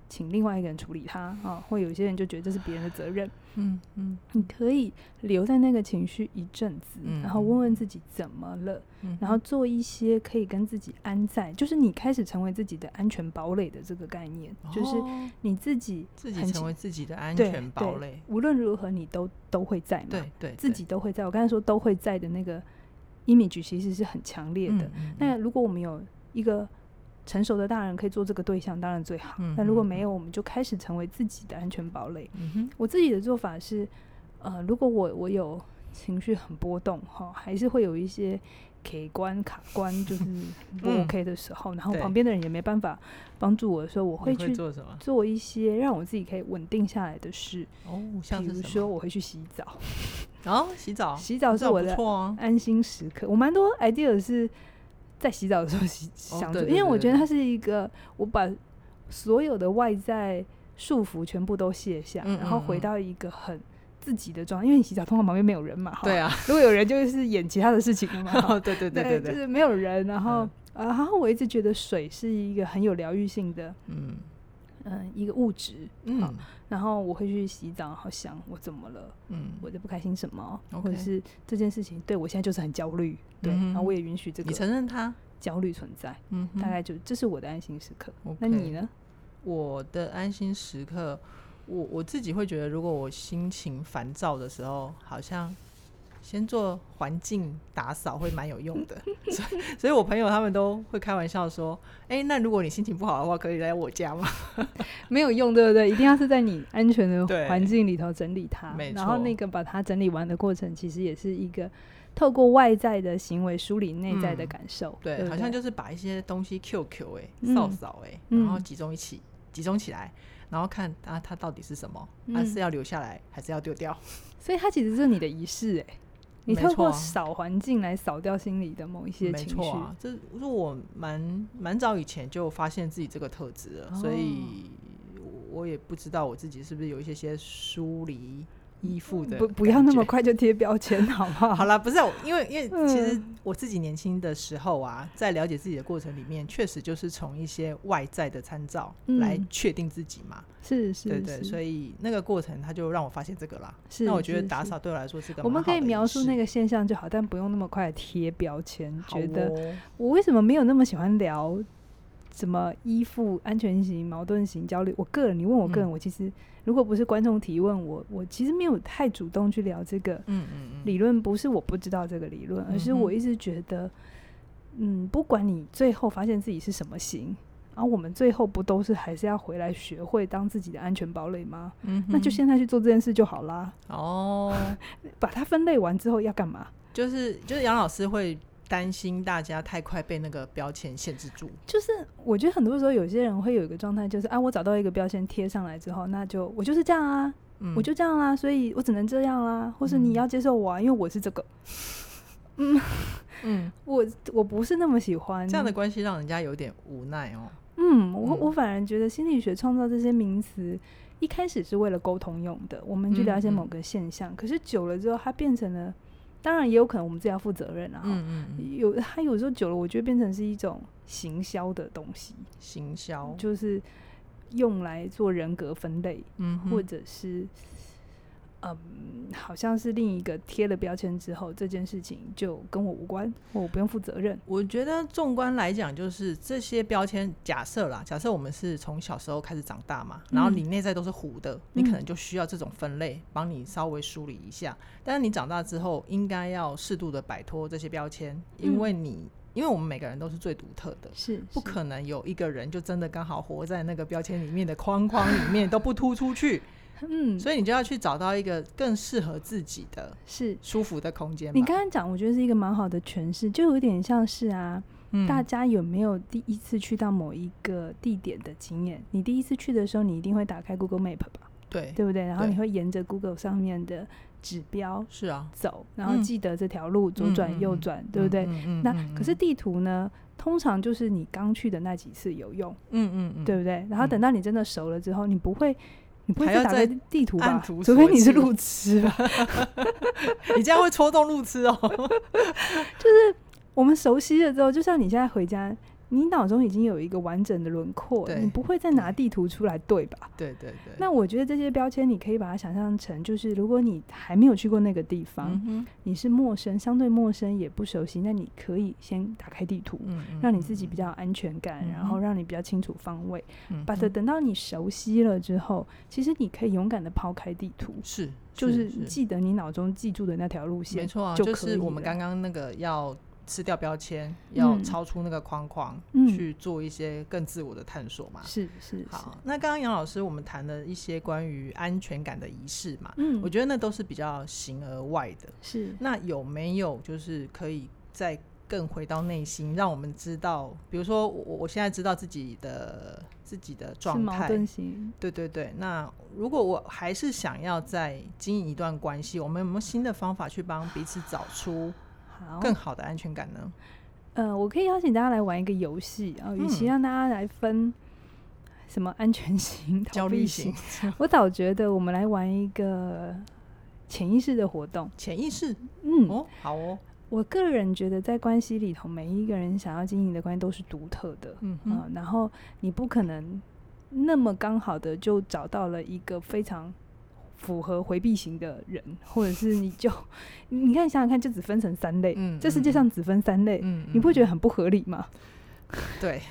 Speaker 2: 请另外一个人处理它啊，或有些人就觉得这是别人的责任。
Speaker 1: 嗯嗯
Speaker 2: 你可以留在那个情绪一阵子，
Speaker 1: 嗯
Speaker 2: 然后问问自己怎么了，
Speaker 1: 嗯，
Speaker 2: 然后做一些可以跟自己安在，就是你开始成为自己的安全堡垒的这个概念，就是
Speaker 1: 哦
Speaker 2: 你自己
Speaker 1: 自己
Speaker 2: 很
Speaker 1: 成
Speaker 2: 清
Speaker 1: 为自己的安
Speaker 2: 对
Speaker 1: 全堡
Speaker 2: 对
Speaker 1: 垒，
Speaker 2: 无论如何你都都会在嘛，
Speaker 1: 对对，
Speaker 2: 自己都会在。我刚才说都会在的那个 image 其实是很强烈
Speaker 1: 嗯
Speaker 2: 的。那如果我们有一个成熟的大人可以做这个对象，当然最好。
Speaker 1: 嗯
Speaker 2: 那如果没
Speaker 1: 嗯
Speaker 2: 有，我们就开始成为自己的安全堡垒。
Speaker 1: 嗯哼
Speaker 2: 我自己的做法是，呃，如果我我有情绪很波动哈，还是会有一些 K 关卡关，就是 不
Speaker 1: 嗯
Speaker 2: OK 的时候，然后
Speaker 1: 对
Speaker 2: 旁边的人也没办法帮助我的时候，
Speaker 1: 你
Speaker 2: 我会
Speaker 1: 会
Speaker 2: 去
Speaker 1: 做什么？
Speaker 2: 做一些让我自己可以稳定下来的事，
Speaker 1: 哦，像
Speaker 2: 比
Speaker 1: 是
Speaker 2: 如
Speaker 1: 什
Speaker 2: 说
Speaker 1: 么？
Speaker 2: 我会去洗澡，
Speaker 1: 哦，洗澡，
Speaker 2: 洗澡是
Speaker 1: 这
Speaker 2: 我
Speaker 1: 不
Speaker 2: 的
Speaker 1: 错哦，
Speaker 2: 安心时刻。我蛮多 idea 是在洗澡的时候洗
Speaker 1: 哦
Speaker 2: 想
Speaker 1: 对
Speaker 2: 做，
Speaker 1: 对
Speaker 2: 因为
Speaker 1: 对
Speaker 2: 我
Speaker 1: 对
Speaker 2: 觉得
Speaker 1: 对
Speaker 2: 它是一个我把所有的外在束缚全部都卸下，
Speaker 1: 嗯
Speaker 2: 然后
Speaker 1: 嗯
Speaker 2: 回
Speaker 1: 嗯
Speaker 2: 到一个很自己的状态。因为你洗澡通常旁边没有 人嘛，哈
Speaker 1: 对，啊，
Speaker 2: 如果有人就是演其他的事情了嘛。哈
Speaker 1: 哦， 对对对对
Speaker 2: 就
Speaker 1: 对，
Speaker 2: 是没有人，然后
Speaker 1: 嗯、
Speaker 2: 呃，然后我一直觉得水是一个很有疗愈性的，
Speaker 1: 嗯
Speaker 2: 嗯、一个物质，好
Speaker 1: 嗯
Speaker 2: 然后我会去洗澡，然后想我怎么了，
Speaker 1: 嗯，
Speaker 2: 我的不开心什么
Speaker 1: OK
Speaker 2: 或者是这件事情对我现在就是很焦虑，对，
Speaker 1: 嗯哼
Speaker 2: 然后我也允许这
Speaker 1: 你
Speaker 2: 个
Speaker 1: 承认他，
Speaker 2: 焦虑存在，
Speaker 1: 嗯哼，
Speaker 2: 大概就这是我的安心时刻。
Speaker 1: OK
Speaker 2: 那你呢？
Speaker 1: 我的安心时刻，我我自己会觉得，如果我心情烦躁的时候，好像先做环境打扫会蛮有用的。 所以，所以我朋友他们都会开玩笑说：“哎、那如果你心情不好的话，可以来我家吗
Speaker 2: 没有用，对不对？一定要是在你安全的
Speaker 1: 对
Speaker 2: 环境里头整理它
Speaker 1: 没，
Speaker 2: 然后
Speaker 1: 错
Speaker 2: 那个把它整理完的过程，其实也是一个透过外在的行为梳理内在的
Speaker 1: 嗯
Speaker 2: 感受？”，
Speaker 1: 对，
Speaker 2: 不
Speaker 1: 好像就是把一些东西 QQ 哎、
Speaker 2: 嗯
Speaker 1: 扫扫哎，然后
Speaker 2: 嗯
Speaker 1: 集中一起，集中起来。然后看啊，它到底是什么？它、
Speaker 2: 嗯
Speaker 1: 是要留下来还是要丢掉？
Speaker 2: 所以它其实是你的仪式、哎，你
Speaker 1: 没
Speaker 2: 透
Speaker 1: 错
Speaker 2: 过
Speaker 1: 啊
Speaker 2: 扫环境来扫掉心里的某一些
Speaker 1: 没
Speaker 2: 情绪。
Speaker 1: 错啊，这是我蛮蛮早以前就发现自己这个特质了，所以
Speaker 2: 哦
Speaker 1: 我也不知道我自己是不是有一些些疏离依附的。
Speaker 2: 不不要那么
Speaker 1: 快。
Speaker 2: 快就贴标签，好不好？
Speaker 1: 好啦，不是我，因为因为其实
Speaker 2: 嗯
Speaker 1: 我自己年轻的时候啊，在了解自己的过程里面，确实就是从一些外在的参照来
Speaker 2: 嗯
Speaker 1: 确定自己嘛，
Speaker 2: 是是
Speaker 1: 对对，
Speaker 2: 是
Speaker 1: 所以那个过程它就让我发现这个啦。
Speaker 2: 是
Speaker 1: 那我觉
Speaker 2: 是
Speaker 1: 得打
Speaker 2: 是
Speaker 1: 扫对我来说是个
Speaker 2: 我们
Speaker 1: 蛮好
Speaker 2: 可以
Speaker 1: 的仪
Speaker 2: 描述
Speaker 1: 式
Speaker 2: 那个现象就好，但不用那么快贴标签。
Speaker 1: 好
Speaker 2: 觉得
Speaker 1: 哦
Speaker 2: 我为什么没有那么喜欢聊什么依附、安全型、矛盾型、焦虑？我个人，你问我个人，
Speaker 1: 嗯
Speaker 2: 我其实如果不是观众提问我，我其实没有太主动去聊这个
Speaker 1: 嗯嗯嗯，
Speaker 2: 理论。不是我不知道这个理论，而是
Speaker 1: 嗯哼
Speaker 2: 我一直觉得，嗯，不管你最后发现自己是什么型。然后、我们最后不都是还是要回来学会当自己的安全堡垒吗？
Speaker 1: 嗯
Speaker 2: 那就
Speaker 1: 哼
Speaker 2: 现在去做这件事就好啦。
Speaker 1: 哦。
Speaker 2: 把它分类完之后要干嘛？
Speaker 1: 就是就是杨老师会担心大家太快被那个标签限制住，
Speaker 2: 就是我觉得很多时候有些人会有一个状态，就是啊，我找到一个标签贴上来之后，那就我就是这样啊，
Speaker 1: 嗯，
Speaker 2: 我就这样啦、所以我只能这样啦、或是你
Speaker 1: 嗯
Speaker 2: 要接受我啊，因为我是这个，
Speaker 1: 嗯
Speaker 2: 我我不是那么喜欢
Speaker 1: 这样的。关系让人家有点无奈哦，
Speaker 2: 嗯，我
Speaker 1: 嗯
Speaker 2: 我反而觉得心理学创造这些名词，一开始是为了沟通用的，我们去
Speaker 1: 嗯
Speaker 2: 了解
Speaker 1: 嗯
Speaker 2: 某个现象，可是久了之后，它变成了，当然也有可能我们自己要负责任啊。
Speaker 1: 嗯嗯嗯，
Speaker 2: 有，它有时候久了，我觉得变成是一种行销的东西，
Speaker 1: 行销，
Speaker 2: 就是用来做人格分类，
Speaker 1: 嗯哼，
Speaker 2: 或者是嗯，好像是另一个贴了标签之后，这件事情就跟我无关，我不用负责任。
Speaker 1: 我觉得纵观来讲，就是这些标签假设啦，假设我们是从小时候开始长大嘛，然后
Speaker 2: 嗯
Speaker 1: 你内在都是糊的，你可能就需要这种分类帮你稍微梳理一下。但是你长大之后，应该要适度的摆脱这些标签，因
Speaker 2: 嗯
Speaker 1: 为你。因为我们每个人都是最独特的，
Speaker 2: 是
Speaker 1: 不可能有一个人就真的刚好活在那个标签里面的框框里面都不突出去，
Speaker 2: 嗯，
Speaker 1: 所以你就要去找到一个更适合自己的
Speaker 2: 是
Speaker 1: 舒服的空间吧。
Speaker 2: 你刚刚讲，我觉得是一个蛮好的诠释，就有点像是啊，
Speaker 1: 嗯
Speaker 2: 大家有没有第一次去到某一个地点的经验？你第一次去的时候，你一定会打开 Google Map 吧，
Speaker 1: 对
Speaker 2: 对不对？然后
Speaker 1: 对
Speaker 2: 你会沿着 Google 上面的指标
Speaker 1: 是啊，
Speaker 2: 走，然后
Speaker 1: 嗯
Speaker 2: 记得这条路左
Speaker 1: 嗯
Speaker 2: 转
Speaker 1: 嗯
Speaker 2: 右
Speaker 1: 嗯
Speaker 2: 转，对不对？
Speaker 1: 嗯？嗯
Speaker 2: 那
Speaker 1: 嗯
Speaker 2: 可是
Speaker 1: 嗯
Speaker 2: 地图呢，通常就是你刚去的那几次有用，
Speaker 1: 嗯嗯嗯，
Speaker 2: 对不对？然后等
Speaker 1: 嗯
Speaker 2: 到你真的熟了之后，你不会，你不会
Speaker 1: 还
Speaker 2: 再
Speaker 1: 要
Speaker 2: 打
Speaker 1: 再
Speaker 2: 开地图
Speaker 1: 按
Speaker 2: 吧？
Speaker 1: 图
Speaker 2: 除非
Speaker 1: 索
Speaker 2: 你是
Speaker 1: 骥
Speaker 2: 路痴 吧。
Speaker 1: 你这样会戳中路痴哦。
Speaker 2: 我们熟悉了之后，就像你现在回家，你脑中已经有一个完整的轮廓，
Speaker 1: 对
Speaker 2: 你不会再拿地图出来对吧？
Speaker 1: 对对对。
Speaker 2: 那我觉得这些标签，你可以把它想象成，就是如果你还没有去过那个地方，
Speaker 1: 嗯哼，
Speaker 2: 你是陌生，相对陌生也不熟悉，那你可以先打开地图，
Speaker 1: 嗯，嗯
Speaker 2: 让你自己比较有安全感，
Speaker 1: 嗯
Speaker 2: 然后让你比较清楚方位。
Speaker 1: 嗯
Speaker 2: but
Speaker 1: 嗯
Speaker 2: 等到你熟悉了之后，其实你可以勇敢的抛开地图，
Speaker 1: 是
Speaker 2: 就是
Speaker 1: 是
Speaker 2: 记得你脑中记住的那条路
Speaker 1: 没
Speaker 2: 线。
Speaker 1: 错啊，
Speaker 2: 就
Speaker 1: 就
Speaker 2: 可
Speaker 1: 是我
Speaker 2: 以
Speaker 1: 们
Speaker 2: 了
Speaker 1: 刚刚那个要吃掉标签，要
Speaker 2: 嗯
Speaker 1: 超出那个框框，
Speaker 2: 嗯
Speaker 1: 去做一些更自我的探索嘛。
Speaker 2: 是是是，
Speaker 1: 好，那刚刚杨老师我们谈了一些关于安全感的仪式嘛，
Speaker 2: 嗯
Speaker 1: 我，觉得那都是比较形而外的。
Speaker 2: 是
Speaker 1: 那有没有就是可以再更回到内心，让我们知道，比如说我我现在知道自己的自己的
Speaker 2: 是
Speaker 1: 状
Speaker 2: 矛
Speaker 1: 态，
Speaker 2: 盾型。
Speaker 1: 对对对，那如果我还是想要再经营一段关系，我们有没有新的方法去帮彼此找出
Speaker 2: 好，
Speaker 1: 更好的安全感呢？
Speaker 2: 呃，我可以邀请大家来玩一个游戏啊，呃与、其
Speaker 1: 嗯
Speaker 2: 让大家来分什么安全型、逃
Speaker 1: 焦
Speaker 2: 避
Speaker 1: 虑
Speaker 2: 型
Speaker 1: 型、、
Speaker 2: 我早觉得我们来玩一个潜意识的活动。
Speaker 1: 潜意识
Speaker 2: 嗯，
Speaker 1: 哦，好哦，
Speaker 2: 我个人觉得在关系里头，每一个人想要经营的关系都是独特的。
Speaker 1: 嗯
Speaker 2: 嗯、
Speaker 1: 哼，
Speaker 2: 然后你不可能那么刚好的就找到了一个非常符合回避型的人，或者是你就你看想想看，就只分成三类，
Speaker 1: 嗯
Speaker 2: 这世界
Speaker 1: 嗯
Speaker 2: 上只分三类，
Speaker 1: 嗯
Speaker 2: 你不会觉得
Speaker 1: 嗯
Speaker 2: 很不合理吗？
Speaker 1: 对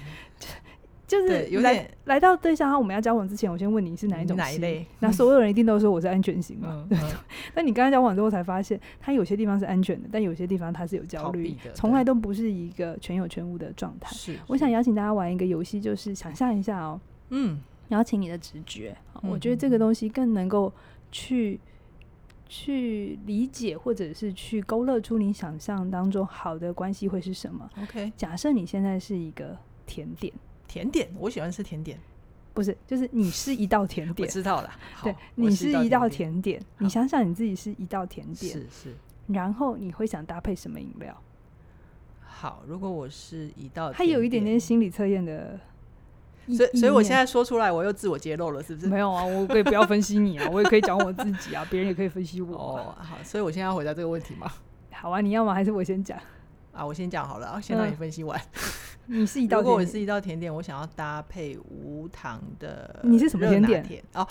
Speaker 2: 就是
Speaker 1: 对有
Speaker 2: 来
Speaker 1: 点
Speaker 2: 来到对象，我们要交往之前，我先问你是哪一种
Speaker 1: 哪一
Speaker 2: 型
Speaker 1: 类
Speaker 2: 那所有人一定都说我是安全型嘛，
Speaker 1: 嗯嗯
Speaker 2: 但你跟他交往之后才发现，他有些地方是安全的，但有些地方他是有焦
Speaker 1: 逃
Speaker 2: 虑
Speaker 1: 避的，
Speaker 2: 从
Speaker 1: 对
Speaker 2: 来都不是一个全有全无的状态。
Speaker 1: 是，
Speaker 2: 我想
Speaker 1: 是
Speaker 2: 邀请大家玩一个游戏，就是想象一下哦，
Speaker 1: 嗯
Speaker 2: 邀请你的直觉。好我觉得
Speaker 1: 嗯
Speaker 2: 这个东西更能够去去理解，或者是去勾勒出你想象当中好的关系会是什么。
Speaker 1: ，OK，
Speaker 2: 假设你现在是一个甜点，
Speaker 1: 甜点，我喜欢吃甜点，
Speaker 2: 不是，就是你是一道甜
Speaker 1: 我
Speaker 2: 点。
Speaker 1: 知道了，
Speaker 2: 对
Speaker 1: 好，我
Speaker 2: 你是一道
Speaker 1: 点，
Speaker 2: 甜点，你
Speaker 1: 好
Speaker 2: 想想你自己是一道甜点，
Speaker 1: 是是。
Speaker 2: 然后你会想搭配什么饮料？
Speaker 1: 好，如果我是一道，
Speaker 2: 它有一点点，心理测验的意，
Speaker 1: 哦所以所以我
Speaker 2: 意念
Speaker 1: 现在说出来，我又自我揭露了，是不是？
Speaker 2: 没有啊，我可以不要分析你啊，我也可以讲我自己啊，别人也可以分析我啊、
Speaker 1: 哦，好，所以我现在要回答这个问题嘛？
Speaker 2: 好啊，你要吗？还是我先讲？
Speaker 1: 啊，我先讲好了，啊先让你
Speaker 2: 嗯
Speaker 1: 分析完。
Speaker 2: 你是一道
Speaker 1: 如果我
Speaker 2: 甜
Speaker 1: 是
Speaker 2: 点，
Speaker 1: 一道甜点，我想要搭配无糖的，
Speaker 2: 你是什么甜点
Speaker 1: 哦，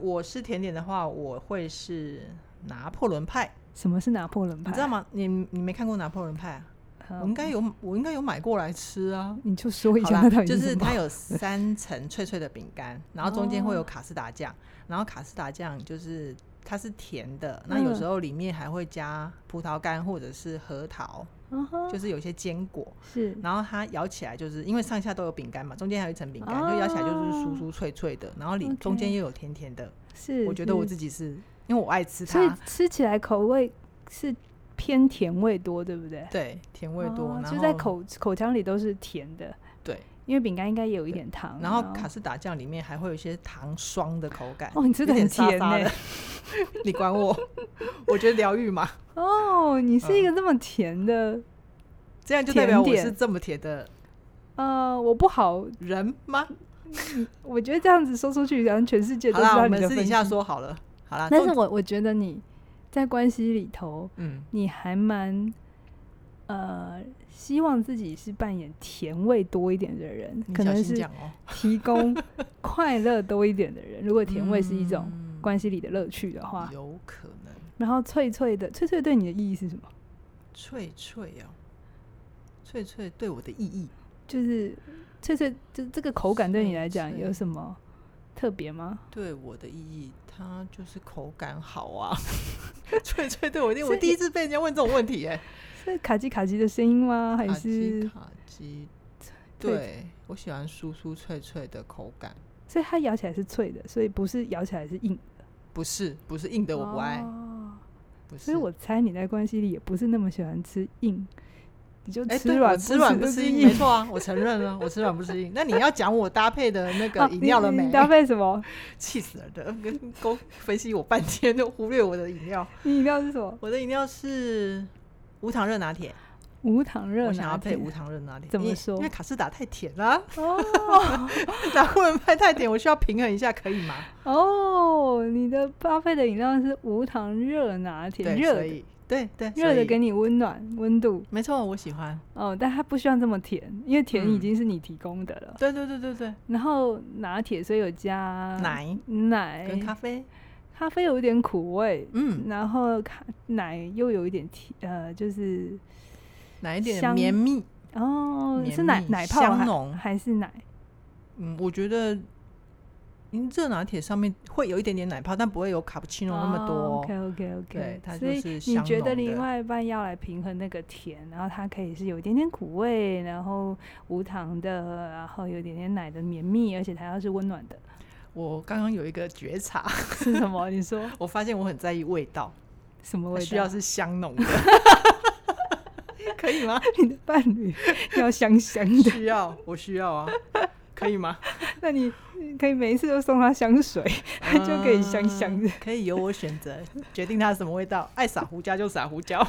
Speaker 1: 我是甜点的话，我会是拿破仑派，
Speaker 2: 什么是拿破仑派？
Speaker 1: 你知道吗？你你没看过拿破仑派啊？
Speaker 2: 嗯？
Speaker 1: 我应该有，我应该有买过来吃啊。
Speaker 2: 你就说一
Speaker 1: 好
Speaker 2: 下，
Speaker 1: 啦
Speaker 2: 那到底
Speaker 1: 就是是
Speaker 2: 什么哦
Speaker 1: 它有三层脆脆的饼干，然后中间会有卡斯达酱，然后卡斯达酱就是它是甜的，
Speaker 2: 嗯
Speaker 1: 那有时候里面还会加葡萄干或者是核桃，
Speaker 2: 嗯哼
Speaker 1: 就是有一些坚果，
Speaker 2: 是
Speaker 1: 然后它咬起来就是因为上下都有饼干嘛，中间还有一层饼干，就咬起来就是酥酥脆脆的，然后里
Speaker 2: 哦 OK
Speaker 1: 中间又有甜甜的。
Speaker 2: 是，
Speaker 1: 我觉得我自
Speaker 2: 己，
Speaker 1: 己是因为我爱吃
Speaker 2: 所以
Speaker 1: 它，
Speaker 2: 吃起来口味是偏甜味多，对不对？
Speaker 1: 对甜味多，
Speaker 2: 哦
Speaker 1: 然后
Speaker 2: 就在口口腔里都是甜的，
Speaker 1: 对，
Speaker 2: 因为饼干应该也有一点糖，
Speaker 1: 然后卡斯达酱里面还会有一些糖霜的口感。
Speaker 2: 哦，你吃
Speaker 1: 有
Speaker 2: 的很
Speaker 1: 点沙
Speaker 2: 甜呢、
Speaker 1: 沙的， 你管我？我觉得疗愈嘛，
Speaker 2: 哦，你是一
Speaker 1: 嗯
Speaker 2: 个这么甜的，
Speaker 1: 这样就代表
Speaker 2: 甜
Speaker 1: 我
Speaker 2: 点
Speaker 1: 是这么甜的
Speaker 2: 呃，我不好，
Speaker 1: 人吗？
Speaker 2: 我觉得这样子说出去，然后全世界都
Speaker 1: 好
Speaker 2: 知
Speaker 1: 啦，
Speaker 2: 道
Speaker 1: 我
Speaker 2: 你
Speaker 1: 们
Speaker 2: 的
Speaker 1: 私底
Speaker 2: 分析
Speaker 1: 下。说啊好了。好啦，
Speaker 2: 但
Speaker 1: 重
Speaker 2: 是我我觉得你在关系里头，
Speaker 1: 嗯，
Speaker 2: 你还蛮呃，希望自己是扮演甜味多一点的人，
Speaker 1: 你
Speaker 2: 可
Speaker 1: 小
Speaker 2: 能
Speaker 1: 心
Speaker 2: 是
Speaker 1: 讲哦。
Speaker 2: 提 供快乐多一点的人。如果甜味是一种
Speaker 1: 嗯
Speaker 2: 关系里的乐趣的话，
Speaker 1: 有可能
Speaker 2: 然后脆脆的，脆脆对你的意义是什么？
Speaker 1: 脆脆哦，脆脆对我的意义，
Speaker 2: 就是脆脆，就这个口感对你
Speaker 1: 脆
Speaker 2: 来讲
Speaker 1: 脆
Speaker 2: 有什么特别吗？
Speaker 1: 对我的意义，它就是口感好啊。 脆脆对我一定，
Speaker 2: 所
Speaker 1: 我
Speaker 2: 以
Speaker 1: 第一次被人家问这种问题耶、
Speaker 2: 是卡叽卡叽的声音吗？还
Speaker 1: 卡基
Speaker 2: 是
Speaker 1: 卡基，
Speaker 2: 脆
Speaker 1: 对我喜欢酥酥脆脆的口感，
Speaker 2: 所以它咬起来是脆的，所以不是咬起来是硬的。
Speaker 1: 不是不是硬的我不爱，
Speaker 2: 哦
Speaker 1: 不是。
Speaker 2: 所以我猜你在关系里也不是那么喜欢吃硬，你就
Speaker 1: 哎、
Speaker 2: 吃
Speaker 1: 对，
Speaker 2: 软
Speaker 1: 我
Speaker 2: 不
Speaker 1: 吃软不
Speaker 2: 吃
Speaker 1: 吃硬，
Speaker 2: 硬
Speaker 1: 没。错啊，我承认 啊，我吃软不吃硬。那你要讲我搭配的那
Speaker 2: 啊
Speaker 1: 个饮料了
Speaker 2: 你
Speaker 1: 没
Speaker 2: 你？搭配什么？
Speaker 1: 气死了的，跟勾分析我半天都忽略我的饮 料。
Speaker 2: 你饮料是什么？
Speaker 1: 我的饮料是无糖热拿铁，
Speaker 2: 无糖热拿
Speaker 1: 我
Speaker 2: 铁。
Speaker 1: 想要配无糖热拿铁。
Speaker 2: 怎么
Speaker 1: 因为
Speaker 2: 说
Speaker 1: 因为卡士达太甜啊 了、
Speaker 2: 哦
Speaker 1: 拿破仑派太甜，我需要平衡一下，可以吗？
Speaker 2: 哦，你的搭配的饮料是无糖热拿铁，
Speaker 1: 对，
Speaker 2: 热
Speaker 1: 所
Speaker 2: 的
Speaker 1: 以对对，所
Speaker 2: 热的
Speaker 1: 以
Speaker 2: 给你温暖温度
Speaker 1: 没错，我喜欢。
Speaker 2: 哦，但它不需要这么甜，因为甜已
Speaker 1: 嗯
Speaker 2: 经是你提供的了。
Speaker 1: 对对对对对，
Speaker 2: 然后拿铁所以有加
Speaker 1: 奶
Speaker 2: 奶
Speaker 1: 跟咖啡，
Speaker 2: 咖啡有一点苦味，
Speaker 1: 嗯，
Speaker 2: 然后咖奶又有一点甜，呃，就是
Speaker 1: 奶一点
Speaker 2: 香
Speaker 1: 绵密。
Speaker 2: 哦，
Speaker 1: 绵
Speaker 2: 是奶
Speaker 1: 密
Speaker 2: 奶泡
Speaker 1: 香
Speaker 2: 还
Speaker 1: 浓
Speaker 2: 还是奶？
Speaker 1: 嗯，我觉得，嗯，热拿铁上面会有一点点奶泡，但不会有卡布奇诺那么多哦。
Speaker 2: OK OK OK，
Speaker 1: 对它
Speaker 2: 所
Speaker 1: 就
Speaker 2: 以
Speaker 1: 是
Speaker 2: 你
Speaker 1: 香
Speaker 2: 觉
Speaker 1: 浓的
Speaker 2: 得另外一半要来平衡那个甜，然后它可以是有一点点苦味，然后无糖的，然后有一点点奶的绵密，而且它要是温暖的，
Speaker 1: 我刚刚有一个觉察，
Speaker 2: 是什么？你说
Speaker 1: 我发现我很在意味道，
Speaker 2: 什么
Speaker 1: 它
Speaker 2: 味道？
Speaker 1: 需要是香浓的， 可以 吗？
Speaker 2: 你的 伴侣要香香的，
Speaker 1: 需要，我需要啊，可以吗？
Speaker 2: 那你你可以每一次都送他香水， 就可以香香的
Speaker 1: 嗯可以由我选择决定它是什么味道，爱撒胡椒就撒胡椒。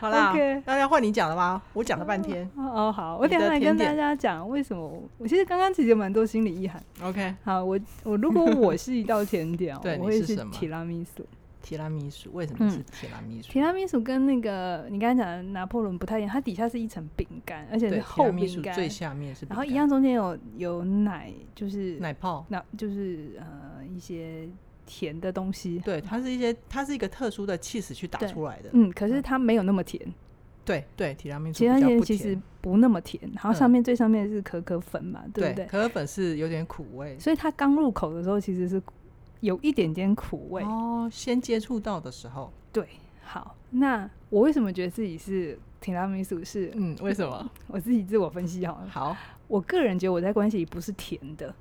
Speaker 1: 好啦
Speaker 2: OK
Speaker 1: 那要换你讲了吗？我讲了半天。
Speaker 2: 哦，好，我
Speaker 1: 你
Speaker 2: 等一
Speaker 1: 的
Speaker 2: 下来
Speaker 1: 甜
Speaker 2: 跟大
Speaker 1: 点
Speaker 2: 家讲为什么我。我其实刚刚其实有蛮多心理意涵。
Speaker 1: OK，
Speaker 2: 好，我我如果我是一道甜点 哦，
Speaker 1: 对
Speaker 2: 我
Speaker 1: 你
Speaker 2: 会
Speaker 1: 是
Speaker 2: 是
Speaker 1: 什么
Speaker 2: 提拉米苏。
Speaker 1: 提拉米苏为什么是提拉米苏？
Speaker 2: 嗯提拉米苏跟那个你刚才讲的拿破仑不太一样，它底下是一层饼干，而且
Speaker 1: 对，
Speaker 2: 是
Speaker 1: 提拉
Speaker 2: 厚
Speaker 1: 米
Speaker 2: 饼
Speaker 1: 苏
Speaker 2: 干，
Speaker 1: 最下面是饼
Speaker 2: 然后一
Speaker 1: 干
Speaker 2: 样中间有有奶，就是
Speaker 1: 奶泡。
Speaker 2: 那就是呃一些甜的东西。
Speaker 1: 对，它是一些，它是一个特殊的气势去打
Speaker 2: 对
Speaker 1: 出来的。
Speaker 2: 嗯，可是它没有那么甜，
Speaker 1: 对对，提拉米苏
Speaker 2: 其
Speaker 1: 比
Speaker 2: 他
Speaker 1: 较
Speaker 2: 些
Speaker 1: 不
Speaker 2: 其
Speaker 1: 甜。
Speaker 2: 实不那么甜。然后上
Speaker 1: 嗯
Speaker 2: 面最上面是可可粉嘛，对
Speaker 1: 对
Speaker 2: 不对？
Speaker 1: 可可粉是有点苦味。
Speaker 2: 所以它刚入口的时候其实是有一点点苦味。
Speaker 1: 哦，先接触到的时候，
Speaker 2: 对，好，那我为什么觉得自己是提拉米苏？是
Speaker 1: 嗯，为什 么？
Speaker 2: 我自己自我分析好了。
Speaker 1: 好，
Speaker 2: 我个人觉得我在关系里不是甜的，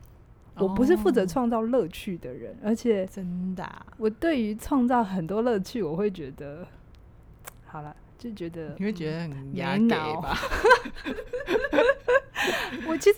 Speaker 2: 我不是负责
Speaker 1: 哦
Speaker 2: 创造乐趣的人，而且
Speaker 1: 真的啊、
Speaker 2: 我对于创造很多乐趣，我会觉得，好了，就觉得
Speaker 1: 你会觉得很压
Speaker 2: 没
Speaker 1: 给
Speaker 2: 脑
Speaker 1: 吧？
Speaker 2: 我其实，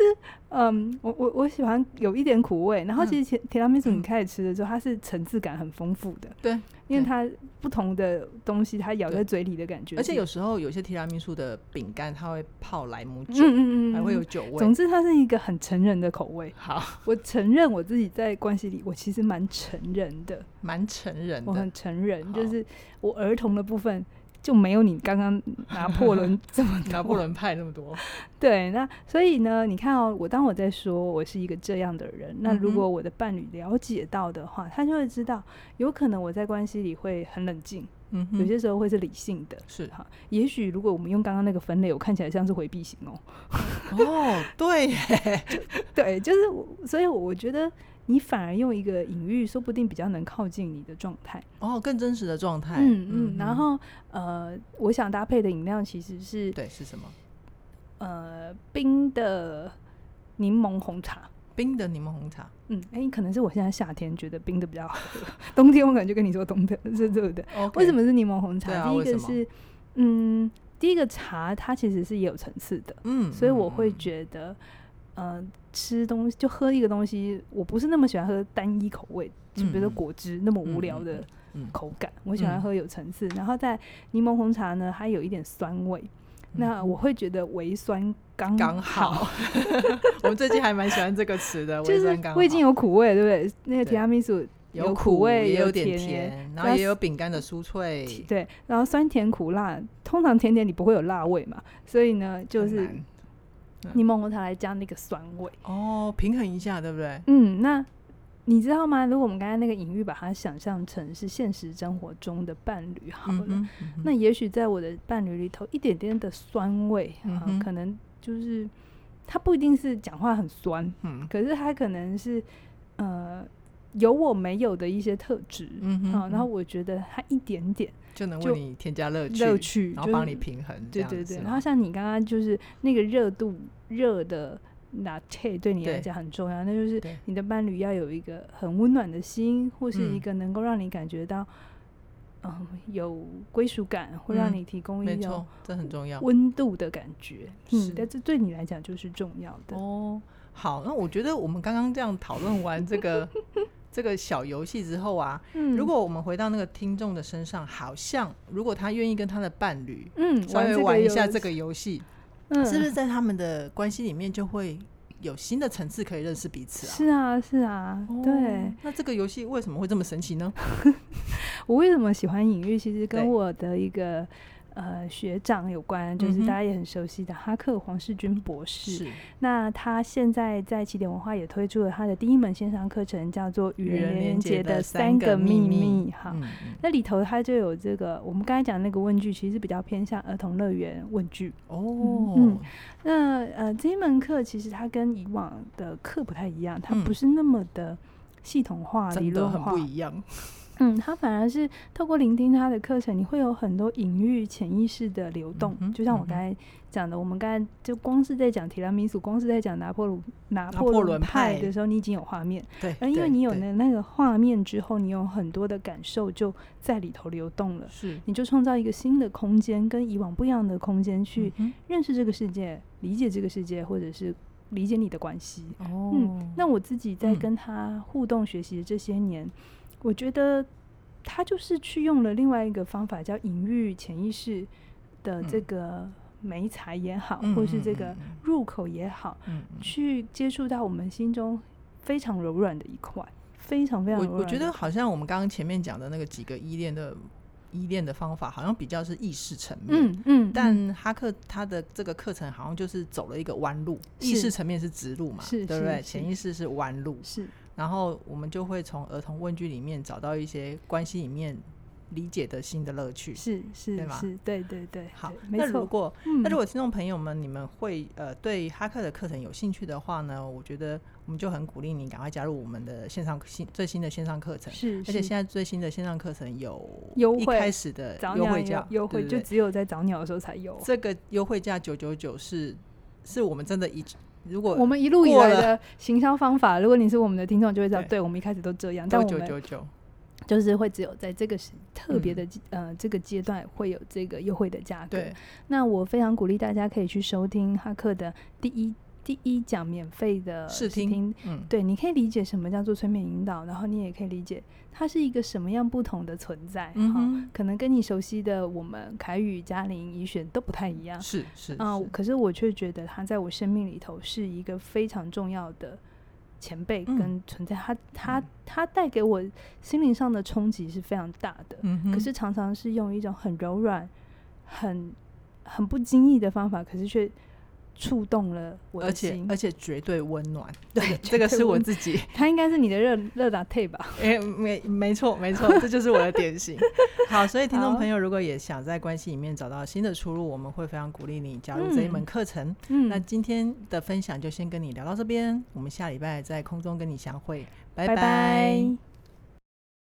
Speaker 2: 嗯，我我我喜欢有一点苦味，然后
Speaker 1: 嗯
Speaker 2: 其实甜甜拉米苏你
Speaker 1: 嗯
Speaker 2: 开始吃的时候，它是层次感很丰富的，
Speaker 1: 对，
Speaker 2: 因为
Speaker 1: 对
Speaker 2: 它不同的东西，它咬
Speaker 1: 对
Speaker 2: 在嘴里的感觉是，
Speaker 1: 而且有时候有些提拉米苏的饼干，它会泡莱姆
Speaker 2: 嗯
Speaker 1: 酒，
Speaker 2: 嗯嗯，
Speaker 1: 还会有
Speaker 2: 嗯。
Speaker 1: 酒味。
Speaker 2: 总之，它是一个很成人的口味。
Speaker 1: 好，
Speaker 2: 我承认我自己在关系里，我其实蛮成人的，
Speaker 1: 蛮成人
Speaker 2: 我
Speaker 1: 的
Speaker 2: 很。成人，就
Speaker 1: 好
Speaker 2: 是我儿童的部分就没有你刚 刚拿破仑这么多
Speaker 1: 拿破仑派那么 多，
Speaker 2: 对，那所以呢，你看哦，我当我在说我是一个这样的人，那如
Speaker 1: 嗯哼
Speaker 2: 果我的伴侣了解到的话，他就会知道，有可能我在关系里会很冷静，
Speaker 1: 嗯
Speaker 2: 有
Speaker 1: 哼，
Speaker 2: 些时候会是理性的。
Speaker 1: 是
Speaker 2: 好，也许如果我们用刚刚那个分类，我看起来像是回避型哦。
Speaker 1: 哦，对耶，
Speaker 2: 对，就是我，所以我觉得你反而用一个隐喻，说不定比较能靠近你的状态。
Speaker 1: 哦，更真实的状态。
Speaker 2: 嗯嗯，然
Speaker 1: 哼
Speaker 2: 后呃，我想搭配的饮料其实是
Speaker 1: 对是什么？
Speaker 2: 呃冰的柠檬红茶。
Speaker 1: 冰的柠檬红茶。
Speaker 2: 嗯，哎、可能是我现在夏天觉得冰的比较好喝，冬天我可能就跟你说冬的是热的。
Speaker 1: OK
Speaker 2: 为什么是柠檬红茶？
Speaker 1: 对啊
Speaker 2: 第一
Speaker 1: 为什
Speaker 2: 个
Speaker 1: 么
Speaker 2: 是，嗯，第一个茶它其实是也有层次的，
Speaker 1: 嗯，
Speaker 2: 所以我
Speaker 1: 嗯
Speaker 2: 会
Speaker 1: 嗯
Speaker 2: 觉得，呃，吃东西就喝一个东西，我不是那么喜欢喝单一口味，就比如说
Speaker 1: 嗯嗯
Speaker 2: 果汁那么无
Speaker 1: 嗯
Speaker 2: 聊
Speaker 1: 嗯
Speaker 2: 的
Speaker 1: 嗯嗯
Speaker 2: 口感，我喜欢
Speaker 1: 嗯
Speaker 2: 喝有层次。然后在柠檬红茶呢，它有一点酸味，那我会觉得微酸刚
Speaker 1: 嗯刚好， 我们最近还蛮喜欢这个词的，
Speaker 2: 就
Speaker 1: 微
Speaker 2: 是
Speaker 1: 酸刚好
Speaker 2: 味精有苦味，对不对？那个提
Speaker 1: 对
Speaker 2: 拉米苏
Speaker 1: 有
Speaker 2: 苦味，
Speaker 1: 也
Speaker 2: 有
Speaker 1: 点
Speaker 2: 甜，
Speaker 1: 甜，然后也有饼干的酥脆，
Speaker 2: 对，然后酸甜苦辣，通常甜点里不会有辣味嘛，所以呢，就
Speaker 1: 很
Speaker 2: 是
Speaker 1: 难
Speaker 2: 柠檬红茶来加那个酸味。
Speaker 1: 哦，平衡一下，对不对？
Speaker 2: 嗯，那你知道吗？如果我们刚才那个隐喻把它想象成是现实生活中的伴侣好了，
Speaker 1: 嗯哼嗯哼
Speaker 2: 那也许在我的伴侣里头一点点的酸味
Speaker 1: 嗯
Speaker 2: 啊、
Speaker 1: 哼
Speaker 2: 可能就是他不一定是讲话很酸，
Speaker 1: 嗯
Speaker 2: 可是他可能是呃有我没有的一些特质。
Speaker 1: 嗯哼，
Speaker 2: 啊，然后
Speaker 1: 嗯
Speaker 2: 我觉得他一点点
Speaker 1: 就能
Speaker 2: 就
Speaker 1: 为你添加乐趣，
Speaker 2: 乐趣，
Speaker 1: 然
Speaker 2: 就
Speaker 1: 后帮
Speaker 2: 是
Speaker 1: 你平衡，这
Speaker 2: 对
Speaker 1: 样
Speaker 2: 对
Speaker 1: 子
Speaker 2: 对，
Speaker 1: 吗
Speaker 2: 然后像你刚刚就是那个热度热的 latte 对你来
Speaker 1: 对
Speaker 2: 讲很重要，那就是
Speaker 1: 对
Speaker 2: 你的伴侣要有一个很温暖的心，或是一
Speaker 1: 嗯
Speaker 2: 个能够让你感觉到嗯、有归属感，会让
Speaker 1: 嗯
Speaker 2: 你提供一
Speaker 1: 没
Speaker 2: 种
Speaker 1: 错，这很重要
Speaker 2: 温度的感觉。嗯
Speaker 1: 是，
Speaker 2: 但这对你来讲就是重要的。
Speaker 1: 哦。好，那我觉得我们刚刚这样讨论完这 个这个小游戏之后啊，
Speaker 2: 嗯，
Speaker 1: 如果我们回到那个听众的身上，好像如果他愿意跟他的伴侣
Speaker 2: 嗯
Speaker 1: 稍微
Speaker 2: 这个
Speaker 1: 玩一
Speaker 2: 游
Speaker 1: 下
Speaker 2: 戏
Speaker 1: 这个游戏，
Speaker 2: 嗯
Speaker 1: 是不是在他们的关系里面就会有新的层次可以认识彼此啊？哦
Speaker 2: 是啊是啊，对
Speaker 1: 哦。，那这个游戏为什么会这么神奇呢？
Speaker 2: 我为什么喜欢隐喻，其实跟
Speaker 1: 对
Speaker 2: 我的一个呃学长有关，就是
Speaker 1: 嗯哼
Speaker 2: 大家也很熟悉的哈克黄世军博士。
Speaker 1: 是
Speaker 2: 那他现在在起点文化也推出了他的第一门线上课程，叫做《与人连接的三个秘密》哈。
Speaker 1: 嗯嗯
Speaker 2: 那里头它就有这个，我们刚才讲的那个问句，其实比较偏向儿童乐园问句。嗯
Speaker 1: 哦，
Speaker 2: 那呃，这一门课其实它跟以往的课不太一样，它
Speaker 1: 嗯
Speaker 2: 不是那么的系统化、理
Speaker 1: 真的
Speaker 2: 论
Speaker 1: 很
Speaker 2: 化
Speaker 1: 不，一样。
Speaker 2: 嗯，它反而是透过聆听他的课程，你会有很多隐喻、潜意识的流动。
Speaker 1: 嗯哼
Speaker 2: 就像我
Speaker 1: 嗯哼
Speaker 2: 刚才讲的，我们刚才就光是在讲提拉米苏，光是在讲拿破仑拿
Speaker 1: 拿破
Speaker 2: 破
Speaker 1: 仑
Speaker 2: 仑派
Speaker 1: 派
Speaker 2: 的时候，你已经有画面，
Speaker 1: 对，
Speaker 2: 而哎因为
Speaker 1: 对
Speaker 2: 你有
Speaker 1: 对
Speaker 2: 了那个画面之后，你有很多的感受就在里头流动了，
Speaker 1: 是
Speaker 2: 你就创造一个新的空间，跟以往不一样的空间去
Speaker 1: 嗯
Speaker 2: 认识这个世界、理解这个世界，或者是理解你的关系。
Speaker 1: 哼哦，
Speaker 2: 嗯，那我自己在
Speaker 1: 嗯
Speaker 2: 跟他互动学习的这些年，我觉得他就是去用了另外一个方法，叫隐喻潜意识的这
Speaker 1: 嗯
Speaker 2: 个美材也好，
Speaker 1: 嗯
Speaker 2: 或是这
Speaker 1: 嗯
Speaker 2: 个
Speaker 1: 嗯嗯
Speaker 2: 入口也好，
Speaker 1: 嗯嗯
Speaker 2: 去接触到我们心中非常柔软的一块，非常非常柔
Speaker 1: 我
Speaker 2: 软的。
Speaker 1: 我觉得好像我们刚刚前面讲的那个几个依恋的依恋的方法，好像比较是意识层面。
Speaker 2: 嗯，嗯嗯，
Speaker 1: 但哈克他的这个课程好像就是走了一个弯路，
Speaker 2: 是
Speaker 1: 意识层面是直路嘛，
Speaker 2: 是
Speaker 1: 对不
Speaker 2: 是
Speaker 1: 对？
Speaker 2: 是
Speaker 1: 潜意识是弯路，
Speaker 2: 是
Speaker 1: 然后我们就会从儿童问句里面找到一些关系里面理解的新的乐趣。
Speaker 2: 是
Speaker 1: 对
Speaker 2: 是
Speaker 1: 吧
Speaker 2: 是，对对对，
Speaker 1: 好
Speaker 2: 对，
Speaker 1: 那
Speaker 2: 没
Speaker 1: 如
Speaker 2: 错。
Speaker 1: 果
Speaker 2: 嗯
Speaker 1: 那如果听众朋友们，你们会呃对哈克的课程有兴趣的话呢，我觉得我们就很鼓励你赶快加入我们的线上新最新的线上课程，
Speaker 2: 是，
Speaker 1: 而且
Speaker 2: 是
Speaker 1: 现在最新的线上课程有
Speaker 2: 优
Speaker 1: 一
Speaker 2: 惠
Speaker 1: 开始的
Speaker 2: 早
Speaker 1: 优
Speaker 2: 鸟
Speaker 1: 惠
Speaker 2: 有
Speaker 1: 价，
Speaker 2: 优惠
Speaker 1: 对
Speaker 2: 就
Speaker 1: 对对
Speaker 2: 只有在早鸟的时候才有。
Speaker 1: 这个优惠价九九九是是我们真的一如
Speaker 2: 我
Speaker 1: 果
Speaker 2: 们一路以
Speaker 1: 过
Speaker 2: 来
Speaker 1: 了
Speaker 2: 的行销方法，如果你是我们的听众，就会知道，
Speaker 1: 对
Speaker 2: 对我们一开始都这样，但
Speaker 1: 都
Speaker 2: 我
Speaker 1: 九
Speaker 2: 们
Speaker 1: 九九，
Speaker 2: 就是会只有在这个时特别
Speaker 1: 嗯
Speaker 2: 的阶、呃这个阶段会有这个优惠的价格。
Speaker 1: 对，
Speaker 2: 那我非常鼓励大家可以去收听哈克的第一第一讲免费的
Speaker 1: 试听嗯，
Speaker 2: 对，你可以理解什么叫做催眠引导，然后你也可以理解它是一个什么样不同的存在。
Speaker 1: 嗯
Speaker 2: 哈
Speaker 1: 哼
Speaker 2: 可能跟你熟悉的我们凯宇、嘉玲、怡璇都不太一样。
Speaker 1: 是是
Speaker 2: 啊、
Speaker 1: 是
Speaker 2: 可是我却觉得他在我生命里头是一个非常重要的前辈
Speaker 1: 嗯
Speaker 2: 跟存在，他他
Speaker 1: 嗯
Speaker 2: 他带给我心灵上的冲击是非常大的。
Speaker 1: 嗯哼，
Speaker 2: 可是常常是用一种很柔软、很很不经意的方法，可是却触动了我
Speaker 1: 而
Speaker 2: 的
Speaker 1: 且
Speaker 2: 心
Speaker 1: 而。且绝对温暖，对，这个
Speaker 2: 对
Speaker 1: 是我
Speaker 2: 温
Speaker 1: 自己，
Speaker 2: 他应该是你的热热打 t 吧？
Speaker 1: 哎、没没错没错，这就是我的典型。 好，所以听众
Speaker 2: 好
Speaker 1: 朋友如果也想在关系里面找到新的出路，我们会非常鼓励你加入这一门
Speaker 2: 嗯
Speaker 1: 课程。
Speaker 2: 嗯，
Speaker 1: 那今天的分享就先跟你聊到这边，我们下礼拜在空中跟你相会，
Speaker 2: 拜
Speaker 1: 拜
Speaker 2: 拜